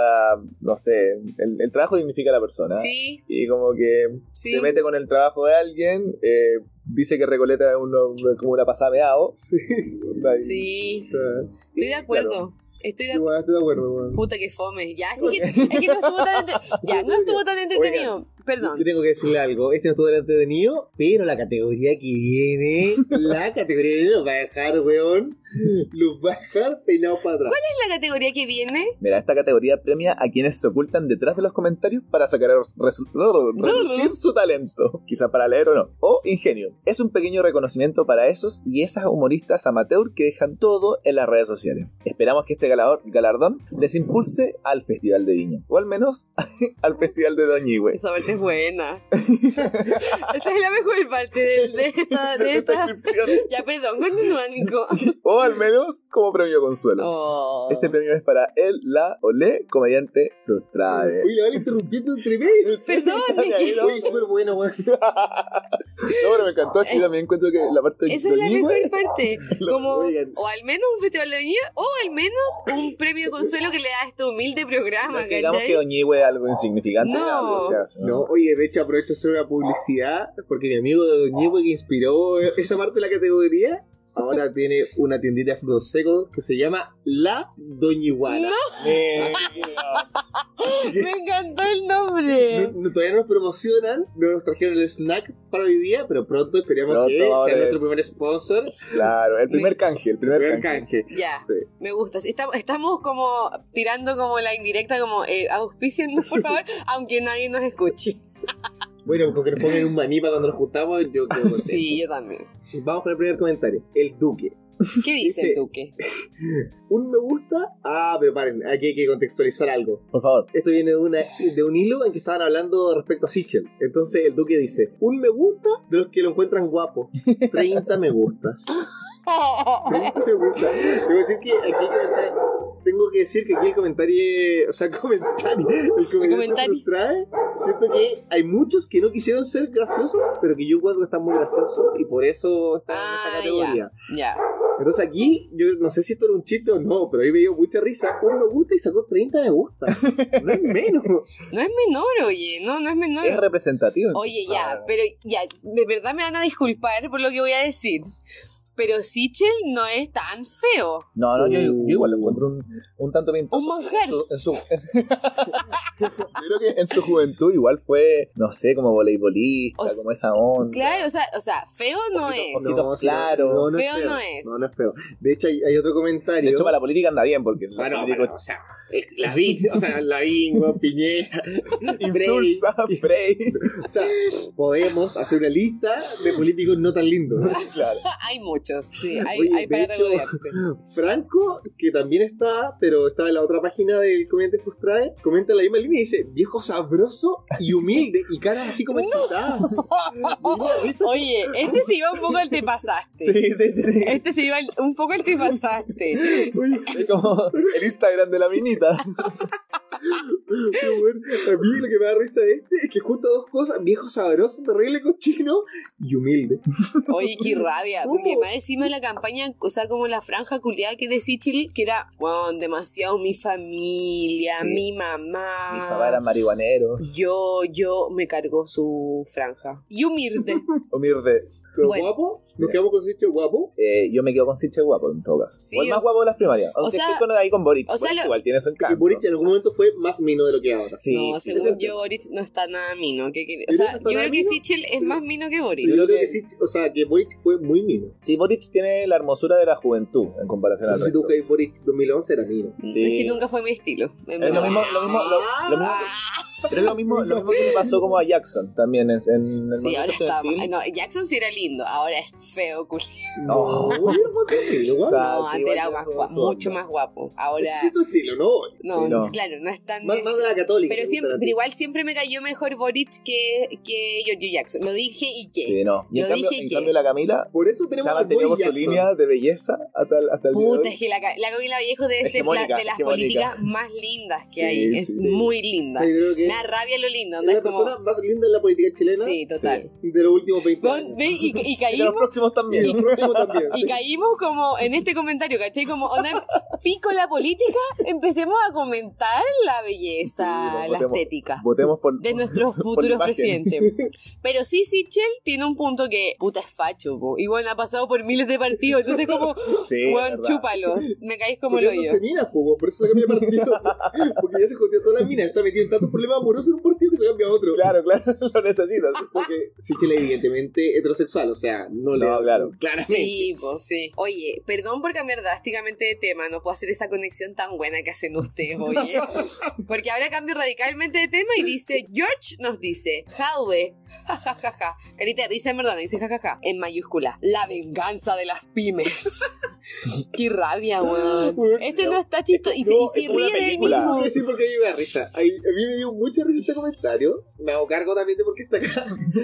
D: No sé, el, el trabajo dignifica a la persona.
A: sí,
D: Y como que
A: sí.
D: se mete con el trabajo de alguien, eh, dice que Recoleta es uno, como una pasada meao. Onda, y-
A: Sí.
E: Estoy
A: Estoy de acuerdo. Estoy de acuerdo.
E: Igual, estoy de acuerdo, weón.
A: Puta que fome. Ya, sí, que- es que no estuvo tan, ente- ya, no estuvo tan entretenido. Perdón.
E: Yo tengo que decirle algo. Este no estuvo delante de Nio, pero la categoría que viene, la categoría de Nio va a dejar, weón. Los va a dejar peinados para atrás.
A: ¿Cuál es la categoría que viene?
D: Mira, esta categoría premia a quienes se ocultan detrás de los comentarios para sacar a res- resu- relucir su talento, quizá para leer o no, o ingenio. Es un pequeño reconocimiento para esos y esas humoristas amateur que dejan todo en las redes sociales. Esperamos que este galador- galardón les impulse al Festival de Viña, o al menos al Festival de Doñigüe.
A: Esa parte es buena. Esa es la mejor parte del- de, esta, de
D: Esta
A: esta.
D: descripción,
A: Ya, perdón, continúa, Nico.
D: o al menos como premio consuelo.
A: Oh.
D: Este premio es para el, la o le comediante frustrado.
E: Uy, la van interrumpiendo entre medio.
A: Perdón, Nico.
E: Oye, súper bueno, weón.
D: No, pero me encantó. Aquí también encuentro que la parte de
A: Esa es la
D: Doñigüe
A: mejor parte.
D: Lo-
A: Como,
D: oigan.
A: o al menos un festival de viña, o al menos un premio de consuelo que le da a este humilde programa,
D: Digamos que
A: ¿cachai?
D: Doñigüe es algo insignificante.
A: No.
D: algo, o sea, sí.
E: No, oye, de hecho aprovecho a hacer una publicidad porque mi amigo de Doñihue que inspiró esa parte de la categoría, ahora tiene una tiendita de frutos secos que se llama La Doñiguana.
A: Me encantó el nombre.
E: No- no- todavía no nos promocionan, no nos trajeron el snack para hoy día, pero pronto esperemos
D: Pronto,
E: que
D: ahora
E: sea
D: es.
E: nuestro primer sponsor,
D: Claro, el primer canje, el primer,
E: primer
D: canje.
E: canje.
A: Ya,
D: Sí.
A: me gusta. Estamos, estamos como tirando como la indirecta, como eh, auspiciando, por favor, aunque nadie nos escuche.
E: Bueno, con que nos pongan un maní para cuando nos juntamos, yo creo que
A: Sí, yo también.
E: Vamos con el primer comentario. El Duque.
A: ¿Qué dice
E: Dice-
A: el Duque?
E: Un me gusta. Ah, pero paren, aquí hay que contextualizar algo.
D: Por favor.
E: Esto viene de, una, de un hilo en que estaban hablando respecto a Sichel. Entonces el duque dice, un me gusta de los que lo encuentran guapo. 30 me gusta. 30 me gusta. Debo decir que aquí hay comenta- tengo que decir que aquí el comentario, o sea, el comentario, el comentario,
A: comentario.
E: frustrado, siento que hay muchos que no quisieron ser graciosos, pero que yo encuentro que están muy graciosos y por eso están
A: Ah,
E: en esta categoría.
A: Ya.
E: Entonces aquí, yo no sé si esto era un chiste o no, pero ahí me dio mucha risa. Un me gusta y sacó 30 me gusta. No es menos.
A: No es menor, oye, no, no es menor.
D: Es representativo.
A: Oye, ya,
D: Claro.
A: pero ya, de verdad me van a disculpar por lo que voy a decir. Pero Sichel no es tan feo.
D: No, no, yo, yo
E: Uh.
D: igual lo encuentro un, un tanto pintoso.
A: Un manjar.
D: En su- en su- yo creo que en su juventud igual fue, no sé, como voleibolista,
A: O sea,
D: como esa onda.
A: Claro, o sea, o sea feo no
D: Poquito,
A: es.
D: poquito. Ositos claros.
A: Feo no es.
E: No, no es feo. De hecho, hay, hay otro comentario.
D: De hecho, para la política anda bien, porque los
E: Ah, no,
D: políticos
E: bueno, o sea, eh, Lavín, o sea, Lavín, weón, Piñera.
D: insulsa, Frey.
E: O sea, podemos hacer una lista de políticos no tan lindos.
D: Claro.
A: Hay muchos. muchos, sí, hay,
E: Oye,
A: hay para
E: de hecho-
A: regodearse.
E: Franco, que también está, pero está en la otra página del Comediante Frustrae, comenta en la misma línea y dice, viejo sabroso y humilde, y caras así como excitadas.
A: Oye, este se iba un poco al te pasaste.
E: Sí, sí, sí. sí.
A: Este se iba al- un poco al te pasaste.
E: Oye,
D: Es como el Instagram de la minita.
E: Pero bueno, a mí lo que me da risa de este es que junta dos cosas, viejo sabroso, terrible cochino y humilde.
A: Oye, qué rabia.
E: ¿Cómo?
A: Porque más encima la campaña, o sea, como la franja culiada que decía Chile, que era, wow, demasiado mi familia,
D: Sí.
A: mi
D: Mi papá era
A: mamá.
D: marihuanero.
A: Yo, yo me cargó su franja. Y humilde.
D: Humilde.
E: Pero
A: Bueno.
E: guapo, nos quedamos con sitio guapo.
D: Eh, yo me quedo con Siche guapo en todo caso.
A: Sí,
D: o el
A: o
D: más
A: sea-
D: guapo de las primarias. Aunque
A: sea-
D: estoy con ahí con Boric.
A: o sea,
D: Boric
A: lo-
D: igual tiene su
E: Que
D: encanto.
E: Boric en algún momento fue más mino de lo que ahora.
D: Sí,
A: no,
D: sí,
A: según
D: sí.
A: yo, Boric no está nada mino. ¿Qué quiere-
E: ¿Y
A: o sea,
E: no
A: yo
E: está
A: creo
E: nada
A: que
E: mino?
A: Sichel es más mino que Boric.
E: Yo creo que sí, o sea, que Boric fue muy mino.
D: Sí, Boric tiene la hermosura de la juventud en comparación
E: No
D: al
E: sé si
D: resto.
E: tú que Boric 2011 era mino.
D: Sí.
A: Es que nunca fue mi estilo. Ah, en
D: Es lo
A: verdad.
D: mismo, lo mismo, lo, lo mismo, pero es lo mismo, lo mismo que le pasó como a Jackson también en, en el
A: Sí,
D: movimiento
A: ahora está.
D: estudiantil.
A: No, Jackson sí era lindo, ahora es feo, culiao.
D: No.
E: Boric era más mino,
A: No,
D: Ah,
E: guapo.
D: sí,
A: antes
D: igual
A: era
D: tiene
A: más
D: su-
A: guapo,
D: su
A: mucho
D: onda.
A: más guapo.
E: Ese
A: Ahora.
E: sí es tu estilo, ¿no?
A: No,
D: Sí, no.
A: claro, no es tan.
E: Más, más de la católica.
A: pero, siempre, pero igual siempre me cayó mejor Boric que, que Giorgio Jackson. Lo dije y qué.
D: Sí, no. Y en
A: Yo
D: cambio,
A: dije
D: en
A: que-
D: cambio la Camila
E: Por eso
D: se
E: tenemos
D: ha
E: a
D: mantenido
E: Boris
D: con su
E: Jackson.
D: línea de belleza hasta el, hasta el día de
A: Puta,
D: hoy.
A: es que la, la Camila Viejo debe ser la,
D: Hegemónica,
A: de las
D: hegemónica.
A: políticas más lindas que
E: Sí,
A: hay. Es
E: sí, sí.
A: muy
E: O
A: linda.
E: sea, yo creo que
A: Me
E: es
A: da rabia lo lindo. onda,
E: la
A: es como-
E: persona más linda en la política chilena
A: Sí, total.
E: de los últimos 20 años.
A: Con- ve, y, y
D: Y de los
A: caímos.
D: próximos
E: Y
D: también.
E: el próximo también.
A: Y caímos como en este comentario, ¿cachai? Como, onda, pico la política, empecemos a comentar la
D: Sí,
A: belleza,
D: nos
A: la
D: votemos.
A: estética.
D: Votemos por.
A: de nuestros futuros
D: imagen.
A: presidentes. Pero sí, Sichel tiene un punto que puta es facho, po. y bueno, ha pasado por miles de partidos, entonces como,
D: Sí,
A: weón,
D: verdad.
A: chúpalo, me caís como
E: Porque
A: lo
E: ya no
A: yo.
E: se mina, po, por eso se cambia de partido. Porque ya se jodió toda la mina. Está metido en tantos problemas amorosos en un partido que se cambia a otro.
D: Claro, claro, lo necesitas.
E: Porque si Chile es evidentemente heterosexual, o sea, no le.
D: No, claro.
E: Claramente.
A: Sí, pues sí. Oye, perdón por cambiar drásticamente de tema, no puedo hacer esa conexión tan buena que hacen ustedes, oye. Porque ahora cambio radicalmente de tema y dice, George nos dice, Jaude, jajajaja, ja, ja. carita, dice en verdad, dice jajaja, ja, ja, en mayúscula, la venganza de las pymes. Qué rabia, weón.
E: Weón,
A: Este no está chisto y, se-
E: no,
A: y
E: es
A: se ríe
D: una
A: del
D: película.
E: Tengo
A: mismo.
E: que decir porque a mí me da risa. A mí, a mí me dio mucha risa este comentario. Me hago cargo también de por qué está acá.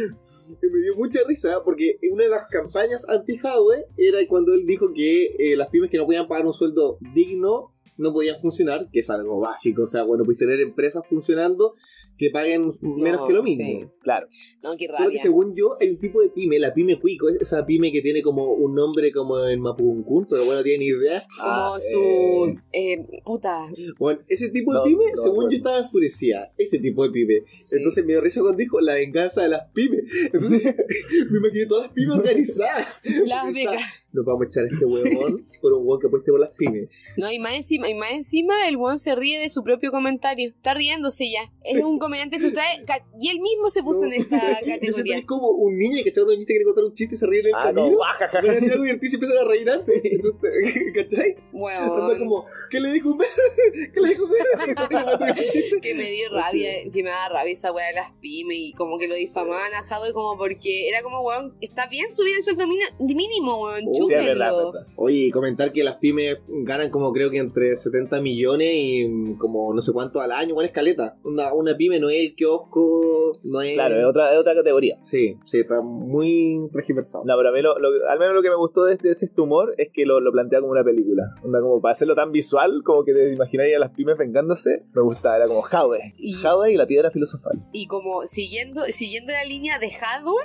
E: me dio mucha risa porque una de las campañas anti-Hadwe era cuando él dijo que eh, las pymes que no podían pagar un sueldo digno no podían funcionar, que es algo básico. O sea, bueno, puedes tener empresas funcionando que paguen menos
A: No,
E: que lo mismo.
A: sí.
D: Claro.
A: No, qué
E: Solo que
A: rabia.
E: según yo hay un tipo de pyme, la pyme cuico, es esa pyme que tiene como un nombre como en Mapungun, pero bueno, no tiene ni idea.
A: Como
D: Ah,
A: sus... Eh, puta.
E: Bueno, ese tipo de
D: No,
E: pyme,
D: no,
E: según
D: bueno.
E: yo estaba enfurecida, ese tipo de pyme.
A: sí.
E: Entonces me dio risa cuando dijo la venganza de las pymes. Entonces me imaginé todas las pymes organizadas.
A: las
E: Organizadas.
A: becas.
E: Nos vamos a echar a este huevón por un huevón que apueste por las pymes.
A: No, y más encima, y más encima el one se ríe de su propio comentario. Está riéndose ya. Es un comediante frustrado. ca- Y él mismo se puso
E: No.
A: en esta
E: Es
A: categoría.
E: como un niño que está cuando el niño quiere contar un chiste y se ríe en el
D: Ah,
E: camino.
D: no, baja,
E: Van a decir algo divertido y se empiezan a reír así. Entonces, ¿Cachai? Anda
A: Bueno,
E: como, ¿qué le dijo un ¿Qué le dijo un
A: que me dio rabia, que me da rabia esa weá de las pymes y como que lo difamaban a Jadwe como porque era como, weón, está bien subir el sueldo mina- mínimo, weón,
E: Oh, sí,
D: Sí, es
A: chúpenlo.
D: verdad, es verdad.
E: Oye, y comentar que las pymes ganan como creo que entre 70 millones y mm, como no sé cuánto al año, buena escaleta. Una, una pyme no es el kiosco, no es...
D: Claro, es otra, es otra categoría.
E: Sí, sí, está muy regiversado.
D: No, pero a mí lo- lo- al menos lo que me gustó de este, de este humor es que lo, lo plantea como una película. Onda, como para hacerlo tan visual, como que te imagináis a las pymes vengándose, me gustaba, era como Jade.
A: Y-
D: Jade y la piedra filosofal.
A: Y como siguiendo, siguiendo la línea de Jadwe,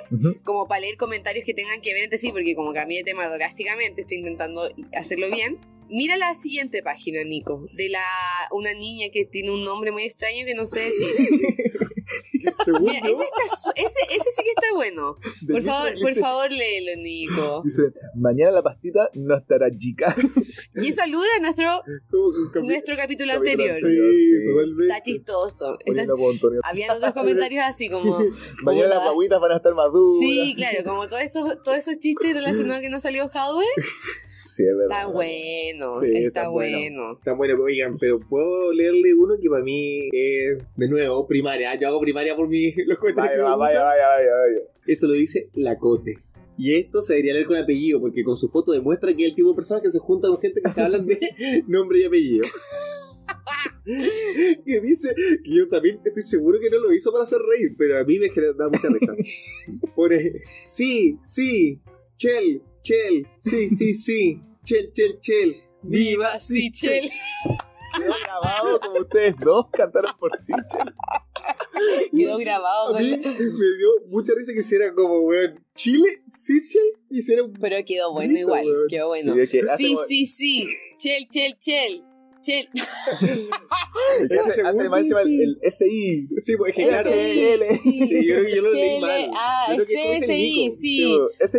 A: como para leer comentarios que tengan que ver entre sí, porque como cambié de tema drásticamente, estoy intentando hacerlo bien. Mira la siguiente página, Nico, de la una niña que tiene un nombre muy extraño que no sé decir.
E: Según
A: Mira,
E: yo,
A: ese, está su- ese, ese sí que está bueno.
D: De
A: Por
D: Disney
A: favor, por
D: dice-
A: favor, léelo, Nico.
D: Dice, mañana la pastita no estará chica.
A: Y eso alude a nuestro,
E: como un capi-
A: nuestro capítulo
D: capítulo
A: anterior.
D: anterior.
E: Sí,
D: Sí.
E: totalmente.
A: Está chistoso. Está-
D: Poniendo como Antonio.
A: habían otros comentarios así como...
D: Mañana
A: puta.
D: las guaguitas van a estar maduras.
A: Sí, claro, como todos esos, todos esos chistes relacionados que no salió Jadwe.
D: Sí, es verdad.
A: Está bueno,
E: Sí,
A: está,
E: está bueno.
A: bueno.
E: Está bueno, oigan, pero puedo leerle uno que para mí es, de nuevo, primaria. Yo hago primaria por mi, los
D: Vaya,
E: comentarios. que me
D: vaya, vaya, vaya, vaya.
E: Esto lo dice la Cote. Y esto se debería leer con apellido, porque con su foto demuestra que es el tipo de persona que se junta con gente que se hablan de nombre y apellido. que dice, que yo también estoy seguro que no lo hizo para hacer reír, pero a mí me genera- da mucha risa. Pone, sí, sí, chel, chel, sí, sí, sí, chel, chel, chel, viva, sí, chel.
D: Quedó grabado como ustedes dos cantaron por Sichel.
A: Quedó grabado,
E: A mí me
A: con-
E: dio mucha risa que hiciera como, weón, Chile, Sichel, hiciera un...
A: pero quedó bueno
E: Listo,
A: igual,
E: weón.
A: quedó bueno.
D: Sí, que hace
A: Sí,
D: como-
A: sí, sí. Chel, chel, chel. Chel.
D: que hace- hace más encima el- el SI.
E: Sí, pues es que
A: Ese
E: claro,
D: SIL.
E: sí, yo creo que yo lo leí
A: Chel.
E: mal.
A: Ah,
E: Yo creo que
A: CSI,
E: fue Federico.
A: sí.
D: SI.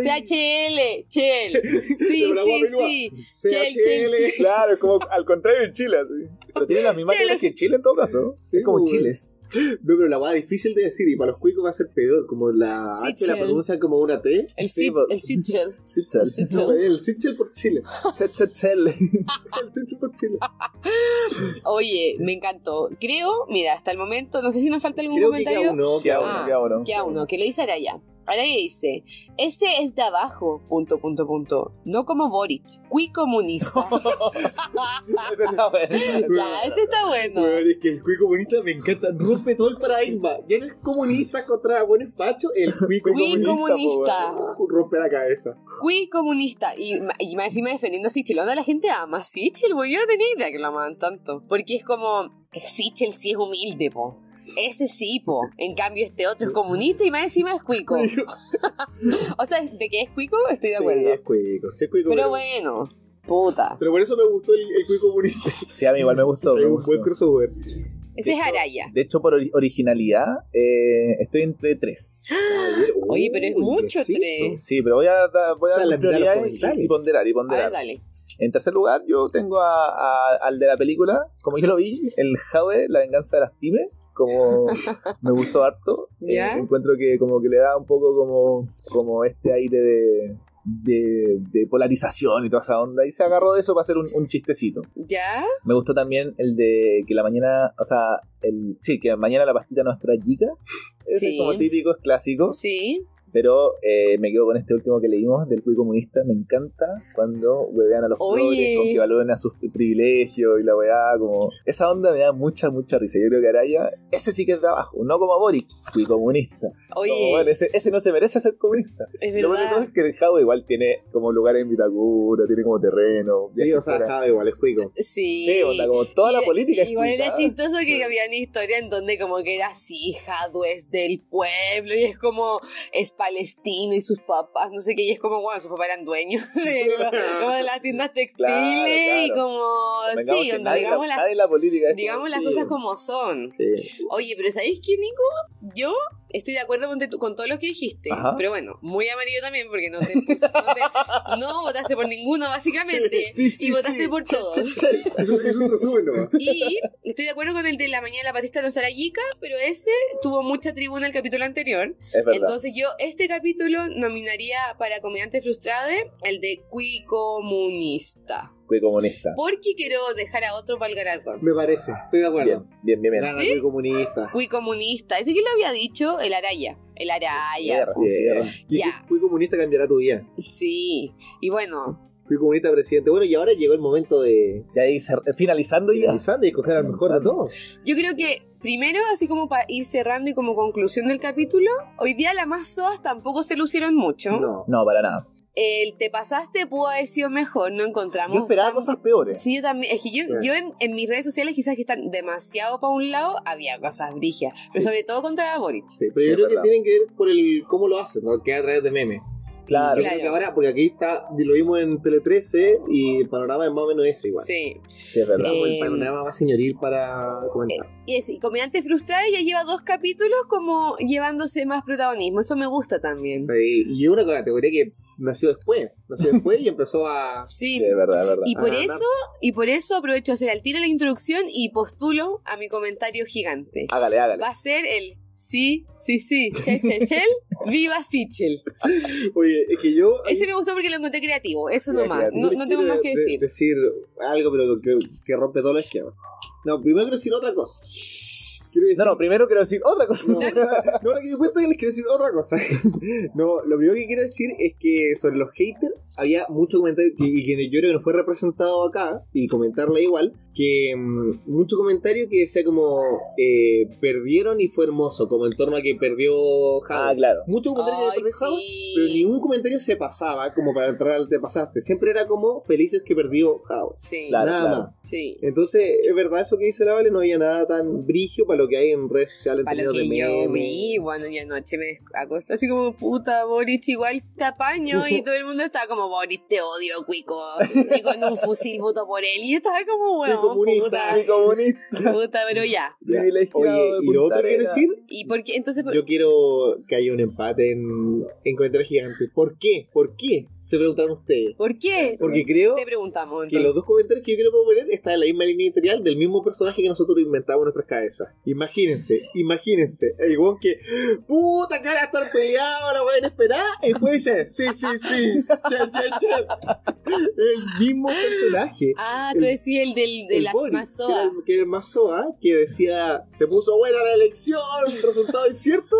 A: CHL, chel. Sí,
E: Pero la voz
A: sí,
E: menúa.
A: sí. Chel, chel,
E: CHL.
A: chel.
D: Claro, como al contrario de Chile. así. Pero tiene las mismas letras que Chile en todo caso. ¿no?
E: Sí, pues,
D: es como
E: güey.
D: chiles.
E: No, pero la va difícil de decir y para los cuicos va a ser peor. Como la
A: Sí,
E: H la
A: chel.
E: pronuncian como una T.
A: El
D: Sí,
A: sit,
D: pues.
A: el sit chel.
D: Sichel.
A: Sí, chel.
E: No, el Sichel por Chile.
D: Sichel.
E: El Sichel por Chile.
A: Oye, me encantó. Creo, mira, hasta el momento, no sé si nos falta algún
E: Creo que
A: comentario.
E: queda uno.
D: Qué
E: queda
A: Ah.
D: bueno, qué bueno.
A: que a uno, que lo dice Araya. Araya dice, ese es de abajo, punto, punto, punto. No como Boric, cui comunista.
D: Esa es
A: Ah,
D: la buena.
A: ya, este está bueno.
E: Weón, es que el cuico comunista me encanta. Rompe todo el paradigma. Ya no es comunista contra buenos fachos. El cuico
A: Cui
E: comunista.
A: comunista.
E: po, weón. Rompe la cabeza.
A: Cui comunista. Y, ma- y más encima defendiendo a Sichel. Onda, la gente ama a Sichel, güey. Yo no tenía idea que lo amaban tanto. Porque es como, Sichel sí es humilde, po. Ese sí, po. En cambio, este otro es comunista y más encima es cuico. o sea, de que es cuico, estoy de
E: Sí,
A: acuerdo.
E: es cuico. sí, es cuico,
A: Pero
E: pero-
A: bueno, puta.
E: Pero por eso me gustó el, el cuico comunista.
D: Sí, a mí igual me gustó.
E: Es
D: me
E: un
D: gustó.
E: buen crossover.
A: Ese es
D: hecho,
A: Araya.
D: De hecho, por ori- originalidad, eh, estoy entre tres.
A: ¡Ah! Oye, pero es
E: Uy,
A: mucho
E: preciso.
A: tres.
D: Sí, pero voy a, da- voy a
E: O sea,
D: dar
E: la
D: mis
E: mitad de los
D: prioridades y,
E: comentarios.
D: y
A: A
D: ponderar, y
A: ver,
D: ponderar.
A: dale.
D: En tercer lugar, yo tengo a- a- al de la película, como yo lo vi, el Jade, La venganza de las pymes, como me gustó harto. Eh,
A: ¿Ya?
D: encuentro que como que le da un poco como, como este aire de, de, de polarización y toda esa onda, y se agarró de eso para hacer un- un chistecito.
A: ¿Ya?
D: Me gustó también el de que la mañana, o sea, el, sí, que mañana la pastita nuestra chica. Ese
A: Sí.
D: es como típico, es clásico.
A: Sí.
D: Pero eh, me quedo con este último que leímos del cuy comunista. Me encanta cuando huevean a los
A: Oye.
D: pobres, con que valoren a sus privilegios y la weá. Como... Esa onda me da mucha, mucha risa. Yo creo que Araya, ese sí que es de abajo, no como Boric, cuy comunista. Como, bueno,
A: Oye,
D: ese, ese no se merece ser comunista.
A: es
D: Lo bueno de todo
A: verdad.
D: es que el Jado igual tiene como lugar en Vitacura, tiene como terreno.
E: Sí, o sea,
D: viajes
E: Jade igual es cuico.
A: Sí.
D: Sí, onda, como toda la
A: Y-
D: política es ¿eh?
A: Igual era
D: cuidada.
A: chistoso que había una historia en donde como que era así, Jadwe es del pueblo y es como es palestino y sus papás, no sé qué, y es como, bueno, sus papás eran dueños de, lo- como de las tiendas textiles y
D: claro.
A: como,
D: Convengamos
A: sí,
D: que
A: onda,
D: nadie
A: digamos,
D: la,
A: las,
D: nadie la política es
A: digamos
D: como-
A: las
D: sí,
A: cosas como son.
E: Sí.
A: Oye, pero ¿sabéis qué, Nico? Yo estoy de acuerdo con, tu- con todo lo que dijiste,
D: Ajá.
A: pero bueno, muy amarillo también porque no te, pus- no, te- no votaste por ninguno, básicamente,
E: Sí, sí,
A: y votaste
E: sí.
A: por todos.
E: Es un- es un resumen nomás.
A: Y estoy de acuerdo con el de la mañana la patista no estará yica, pero ese tuvo mucha tribuna el capítulo anterior.
D: Es verdad.
A: Entonces yo este capítulo nominaría para comediante frustrade el de Cui Comunista.
D: Fui comunista.
A: Porque quiero dejar a otro para el galardón.
E: Me parece, estoy de acuerdo.
D: Bien, bien, bien. bien.
E: Gana
A: ¿Sí?
E: el comunista.
A: Cui Comunista. Ese que lo había dicho, el Araya. El Araya.
D: Sí, sí,
E: Yeah.
D: sí.
E: Y es que
A: Ya.
E: Fui comunista cambiará tu vida.
A: Sí. Y bueno,
E: Fui comunista presidente. Bueno, y ahora llegó el momento de
D: Y ahí cer- eh, finalizando ya.
E: finalizando y escoger al mejor de todos.
A: yo creo que primero, así como para ir cerrando y como conclusión del capítulo, hoy día las más soas tampoco se lucieron mucho.
E: No.
D: No, para nada.
A: El te pasaste pudo haber sido mejor, no encontramos.
D: Yo esperaba
A: tan-
D: cosas peores.
A: Sí, yo también. Es que yo,
E: Sí.
A: yo en, en mis redes sociales, quizás que están demasiado para un lado, había cosas brigias. Pero
E: Sí.
A: sobre todo contra Boric.
E: Sí, pero
D: Sí,
E: yo
D: es
E: creo
D: verdad.
E: que tienen que ver por el cómo lo hacen, ¿no? que a través de memes.
D: Claro.
E: Yo creo que
A: Claro.
E: ahora, porque aquí está, y lo vimos en Tele 13 y el panorama es más o menos ese igual.
A: Sí.
D: Sí, es verdad.
A: Eh,
E: Como el panorama más señoril para comentar.
A: Y es, y Comediante Frustrada ya lleva dos capítulos como llevándose más protagonismo. Eso me gusta también.
E: Sí, Y es una categoría que nació después. Nació después y empezó a.
A: Sí.
D: Sí, es verdad, es verdad.
A: Y por
E: Ah,
A: eso, y por eso aprovecho a hacer al tiro la introducción y postulo a mi comentario gigante.
D: Hágale, hágale.
A: Va a ser el sí, sí, sí, chel, chel, chel, viva Sichel.
E: Oye, es que yo.
A: Ese me gustó porque lo encontré creativo, eso
D: Mira,
A: nomás.
D: creativo.
A: No, no tengo más que
E: de-
A: decir.
E: decir algo, pero que, que rompe todo el esquema. No, primero quiero decir otra cosa. Quiero decir,
D: No, no, primero quiero decir otra cosa.
E: No, o sea, no, ahora que me cuento les quiero decir otra cosa. No, lo primero que quiero decir es que sobre los haters había mucho comentario que- y que yo creo que no fue representado acá y comentarla igual, que mm, mucho comentario que decía como eh, perdieron y fue hermoso, como en torno a que perdió Java.
D: Ah, claro.
E: Mucho comentario que
A: Ay,
E: perdió Java, pero
A: sí.
E: ningún comentario se pasaba como para entrar al te pasaste. Siempre era como felices que perdió House.
A: Sí,
D: Claro,
E: nada
D: claro.
E: más.
A: sí.
E: Entonces, es verdad eso que dice la Vale, no había nada tan brigio para lo que hay en redes sociales.
A: Para lo
E: tenido de
A: que yo
E: memes.
A: vi, bueno, yo anoche me acosté así como, puta, Boris, igual te apaño. Y todo el mundo estaba como, Boris, te odio, cuico. Y con un fusil voto por él. Y yo estaba como,
E: Soy
A: bueno,
E: comunista,
A: puta,
E: soy comunista.
A: puta, pero ya.
E: Ya.
D: Privilegiado
E: Oye,
D: de
E: y lo
D: Punta
E: otro que quiero
D: Arenas.
E: decir,
A: Y porque, entonces,
E: yo quiero que haya un empate en, en Comentario Gigante. ¿Por qué? ¿Por qué? Se preguntaron ustedes.
A: ¿por qué?
E: Porque creo
A: Te preguntamos,
E: que los
A: entonces.
E: dos comentarios que yo quiero proponer están en la misma línea editorial del mismo personaje que nosotros inventamos en nuestras cabezas. Imagínense, imagínense. El weón que, puta cara, a estar peleado, la voy a esperar. Y después dice, sí, sí, sí. Chan, chan, chan. El mismo personaje.
A: Ah, tú decís el del, de
E: el
A: las
E: Boris, que era
A: masoas.
E: el- Que era el Mazoa, que decía, se puso buena la elección, resultado incierto.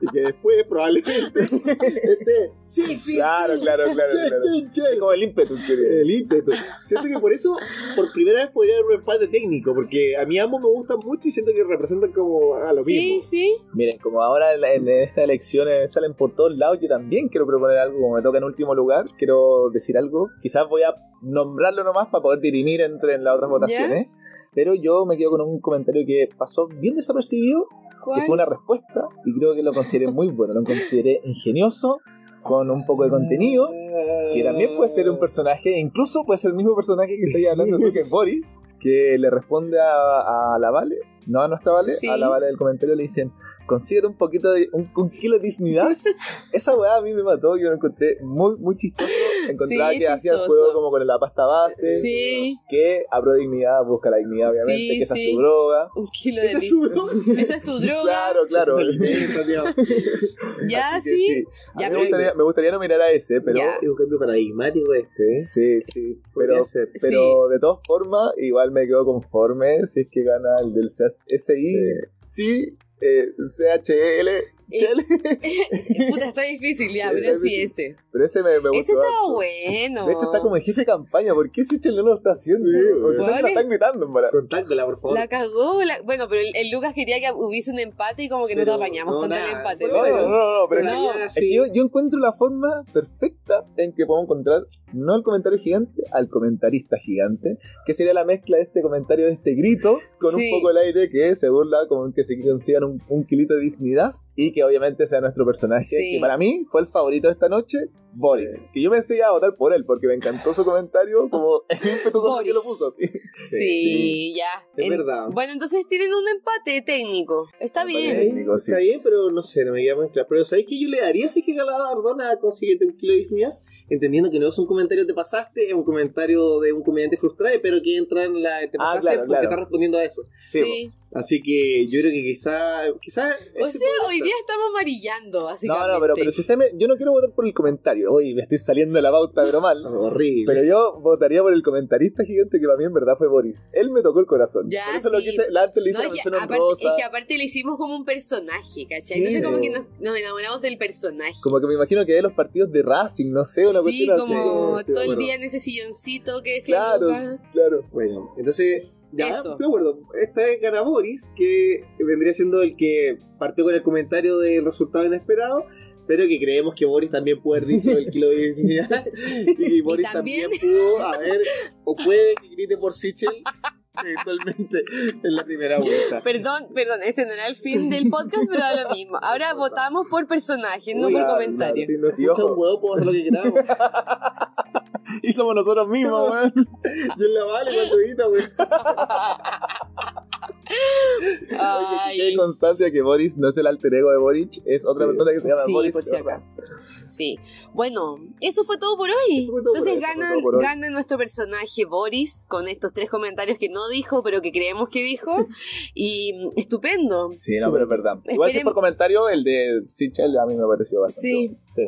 E: y que después probablemente este, sí, sí, sí,
D: Claro, claro, claro.
E: che,
D: claro.
E: che, che,
D: Es como el ímpetu, querido.
E: el ímpetu. Siento que por eso, por primera vez podría haber un empate técnico, porque a mí ambos me gustan mucho y siento que representan como a lo
A: Sí,
E: mismo.
A: sí.
D: Miren, como ahora en, la- en estas elecciones salen por todos lados, yo también quiero proponer algo. Como me toca en último lugar, quiero decir algo. Quizás voy a nombrarlo nomás para poder dirimir entre en las otras votaciones. Pero yo me quedo con un comentario que pasó bien desapercibido, que
A: ¿Cuál?
D: fue una respuesta, y creo que lo consideré muy bueno. Lo consideré ingenioso, con un poco de contenido, que también puede
E: Ah.
D: ser un personaje, incluso puede ser el mismo personaje que estoy hablando tú, que es Boris, que le responde a, a la Vale, no a nuestra Vale,
A: Sí.
D: a la Vale del comentario le dicen, consigue un poquito de, un, un kilo de dignidad. Esa weá a mí me mató, yo lo encontré muy, muy chistoso. Encontraba
A: Sí,
D: que hacía el
A: chistoso.
D: juego como con la pasta base,
A: Sí,
D: que abro dignidad, busca la dignidad obviamente,
A: Sí,
D: que esa es
A: sí.
D: su droga.
A: un kilo de
E: Ese es
A: ti.
E: su don.
A: Esa es su droga.
D: Claro, claro.
E: Alimento, tío.
A: Ya,
D: Así
A: sí.
D: que
A: Ya,
D: A mí me,
A: pero-
D: gustaría, me gustaría no mirar a ese, pero...
A: Ya.
E: Es un cambio paradigmático este, ¿eh?
D: Sí, sí, pero
E: Podría ser.
D: Pero de todas formas, igual me quedo conforme si es que gana el del CSI. Sí, eh, CHL. chele.
A: Puta, está difícil, ya,
D: Sí,
A: pero
D: está
A: sí,
D: difícil.
A: ese.
D: Pero ese me, me
A: Ese
D: gustó.
A: estaba
D: harto.
A: bueno.
D: De hecho, está como el jefe de campaña. ¿Por qué CHL no lo está haciendo? Porque se
A: Vale.
D: la están gritando. Para...
E: Contáctela, por favor.
A: La cagó. la- Bueno, pero el, el Lucas quería que hubiese un empate y como que no
E: Pero
A: te apañamos
E: no,
A: tanto el
E: nada,
A: empate.
E: por
D: No,
A: pero-
D: no, no, no, pero es
A: No.
D: que-
E: ya,
D: es que
E: sí.
D: yo, yo encuentro la forma perfecta en que podemos encontrar no al comentario gigante, al comentarista gigante, que sería la mezcla de este comentario, de este grito, con
A: Sí.
D: un poco el aire que se burla, como que se consigan un, un kilito de dignidad y que obviamente sea nuestro personaje,
A: Sí.
D: que para mí fue el favorito de esta noche, Boris. Que yo me enseñé a votar por él porque me encantó su comentario, como el ímpetu con el que lo
A: Boris.
D: puso. sí.
A: sí, ya.
E: Es
A: En-
E: verdad.
A: Bueno, entonces tienen un empate técnico. Está
D: Empate
A: bien.
D: técnico, sí.
E: Está bien, pero no sé, no me llaman claro. Pero ¿sabéis que yo le daría si es que la Ardona consigue un kilo de disneyas? Entendiendo que no es un comentario te pasaste, es un comentario de un comediante frustrado, pero que entra en la te
D: Ah,
E: pasaste
D: claro,
E: porque
D: claro.
E: está respondiendo a eso.
A: Sí.
E: Así que yo creo que quizá. quizá
A: O sea, hoy día estamos amarillando,
D: No,
A: básicamente.
D: no, pero, pero si usted me- yo no quiero votar por el comentario. Hoy me estoy saliendo de la bauta, pero mal.
E: horrible.
D: Pero yo votaría por el comentarista gigante que para mí en verdad fue Boris. Él me tocó el corazón.
A: Ya,
D: por eso
A: sí.
D: lo que hice, la antes le
A: No,
D: hice la
A: es, que
D: mención
A: aparte,
D: honrosa.
A: es que aparte le hicimos como un personaje, ¿cachai?
D: Sí,
A: Entonces como
D: no.
A: que nos, nos enamoramos del personaje.
D: Como que me imagino que de los partidos de Racing, no sé, una
A: sí,
D: cuestión
A: como
D: así. eh,
E: estoy de
A: todo el
E: acuerdo.
A: día en ese silloncito que es
D: Claro,
A: Lucas.
D: claro.
E: Bueno, entonces, ya,
A: Eso.
E: de acuerdo. Esta vez gana Boris, que vendría siendo el que partió con el comentario del resultado inesperado, pero que creemos que Boris también puede haber dicho el kilo de dignidad. y Boris
A: también-
E: también... pudo haber, o puede que grite por Sichel eventualmente en la primera vuelta.
A: Perdón, perdón, este no era el fin del podcast, pero da lo mismo. Ahora votamos por personaje, no
E: Uy,
A: por
D: claro,
A: comentario.
E: Si no escucha
D: ojo.
E: un huevo, podemos hacer lo que queramos.
D: Y somos nosotros mismos, weón.
E: Yo en la vale, cuando edita, güey.
D: Que quede
A: Ay,
D: constancia que Boris no es el alter ego de Boris, es otra
E: Sí.
D: persona que se llama
A: sí,
D: Boris.
A: por si
D: de verdad.
A: acá. Sí. Bueno, eso fue todo por hoy.
E: Eso fue todo por
A: Entonces
E: hoy, eso
D: fue
A: gana,
D: todo por hoy.
A: gana nuestro personaje Boris con estos tres comentarios que no dijo, pero que creemos que dijo. Y mm, estupendo.
D: Sí, no, pero es verdad. Igual si es
A: Esperemos-
D: por comentario, el de Sichel a mí me pareció bastante.
A: Sí.
D: bueno. Sí.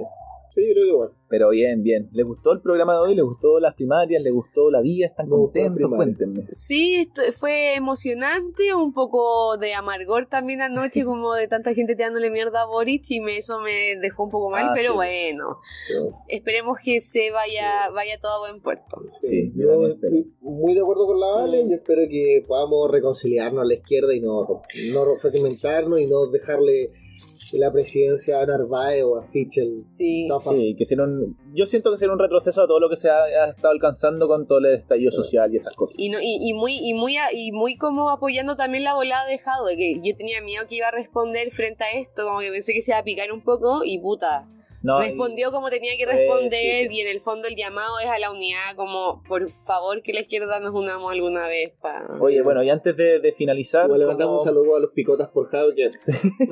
E: Sí, yo creo que igual.
D: Pero bien, bien. ¿Les gustó el programa de hoy? ¿Les gustó las primarias? ¿Les gustó la vida? ¿Están
E: Me gustó
D: contentos?
E: la primaria.
D: Cuéntenme.
A: Sí, esto- fue emocionante, un poco de amargor también anoche, como de tanta gente tirándole mierda a Boric y me, eso me dejó un poco mal,
D: Ah,
A: pero
D: sí.
A: bueno, esperemos que se vaya, vaya todo a buen puerto.
D: Sí, yo
E: Yo
D: también espero.
E: estoy muy de acuerdo con la Vale.
A: Mm.
E: Yo espero que podamos reconciliarnos a la izquierda y no, no fragmentarnos y no dejarle la presidencia a Narváez o a Sichel.
A: Sí,
E: No, fácil.
D: Sí, que será un- yo siento que será un retroceso a todo lo que se ha, ha estado alcanzando con todo el estallido social y esas cosas.
A: y, no, y, y muy y muy a- y muy como apoyando también la volada de Jadwe, que yo tenía miedo que iba a responder frente a esto, como que pensé que se iba a picar un poco y puta,
D: No, y-
A: respondió como tenía que
D: Eh,
A: responder
D: sí.
A: y en el fondo el llamado es a la unidad como por favor que la izquierda nos unamos alguna vez para...
D: Oye, bueno, y antes de, de finalizar,
E: Igual le
D: como-
E: mandamos un saludo a los picotas por Jado, que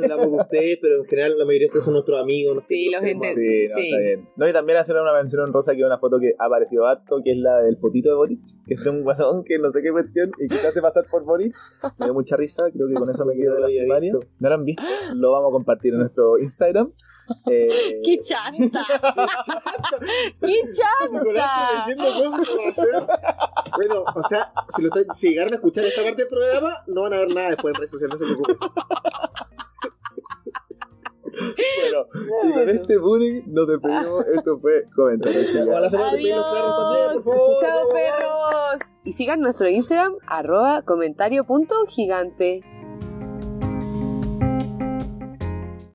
E: hablamos con ustedes, pero en general la mayoría de ustedes son nuestros amigos.
A: Sí, los
E: queremos.
A: entiendo.
D: Sí, no,
A: Sí.
D: está bien. No, y también hacer una mención honrosa que es una foto que ha aparecido harto, que es la del potito de Boric, que es de un guasón que no sé qué cuestión y que se hace pasar por Boric. Me dio mucha risa, creo que con eso me quedo de la primaria. ¿No lo han visto? Lo vamos a compartir en nuestro Instagram. Eh,
A: ¡Qué chanta! ¡Qué chanta!
E: Bueno, o sea, si, lo están- si llegaron a escuchar esta parte del programa, no van a ver nada después en redes sociales, no se preocupen.
D: bueno, y con este bullying nos despedimos. Esto fue Comentarios Gigantes.
E: Ojalá se puedan despedir los perros también, por
A: Adiós.
E: favor.
A: Chao perros. Y sigan nuestro Instagram arroba comentario punto gigante.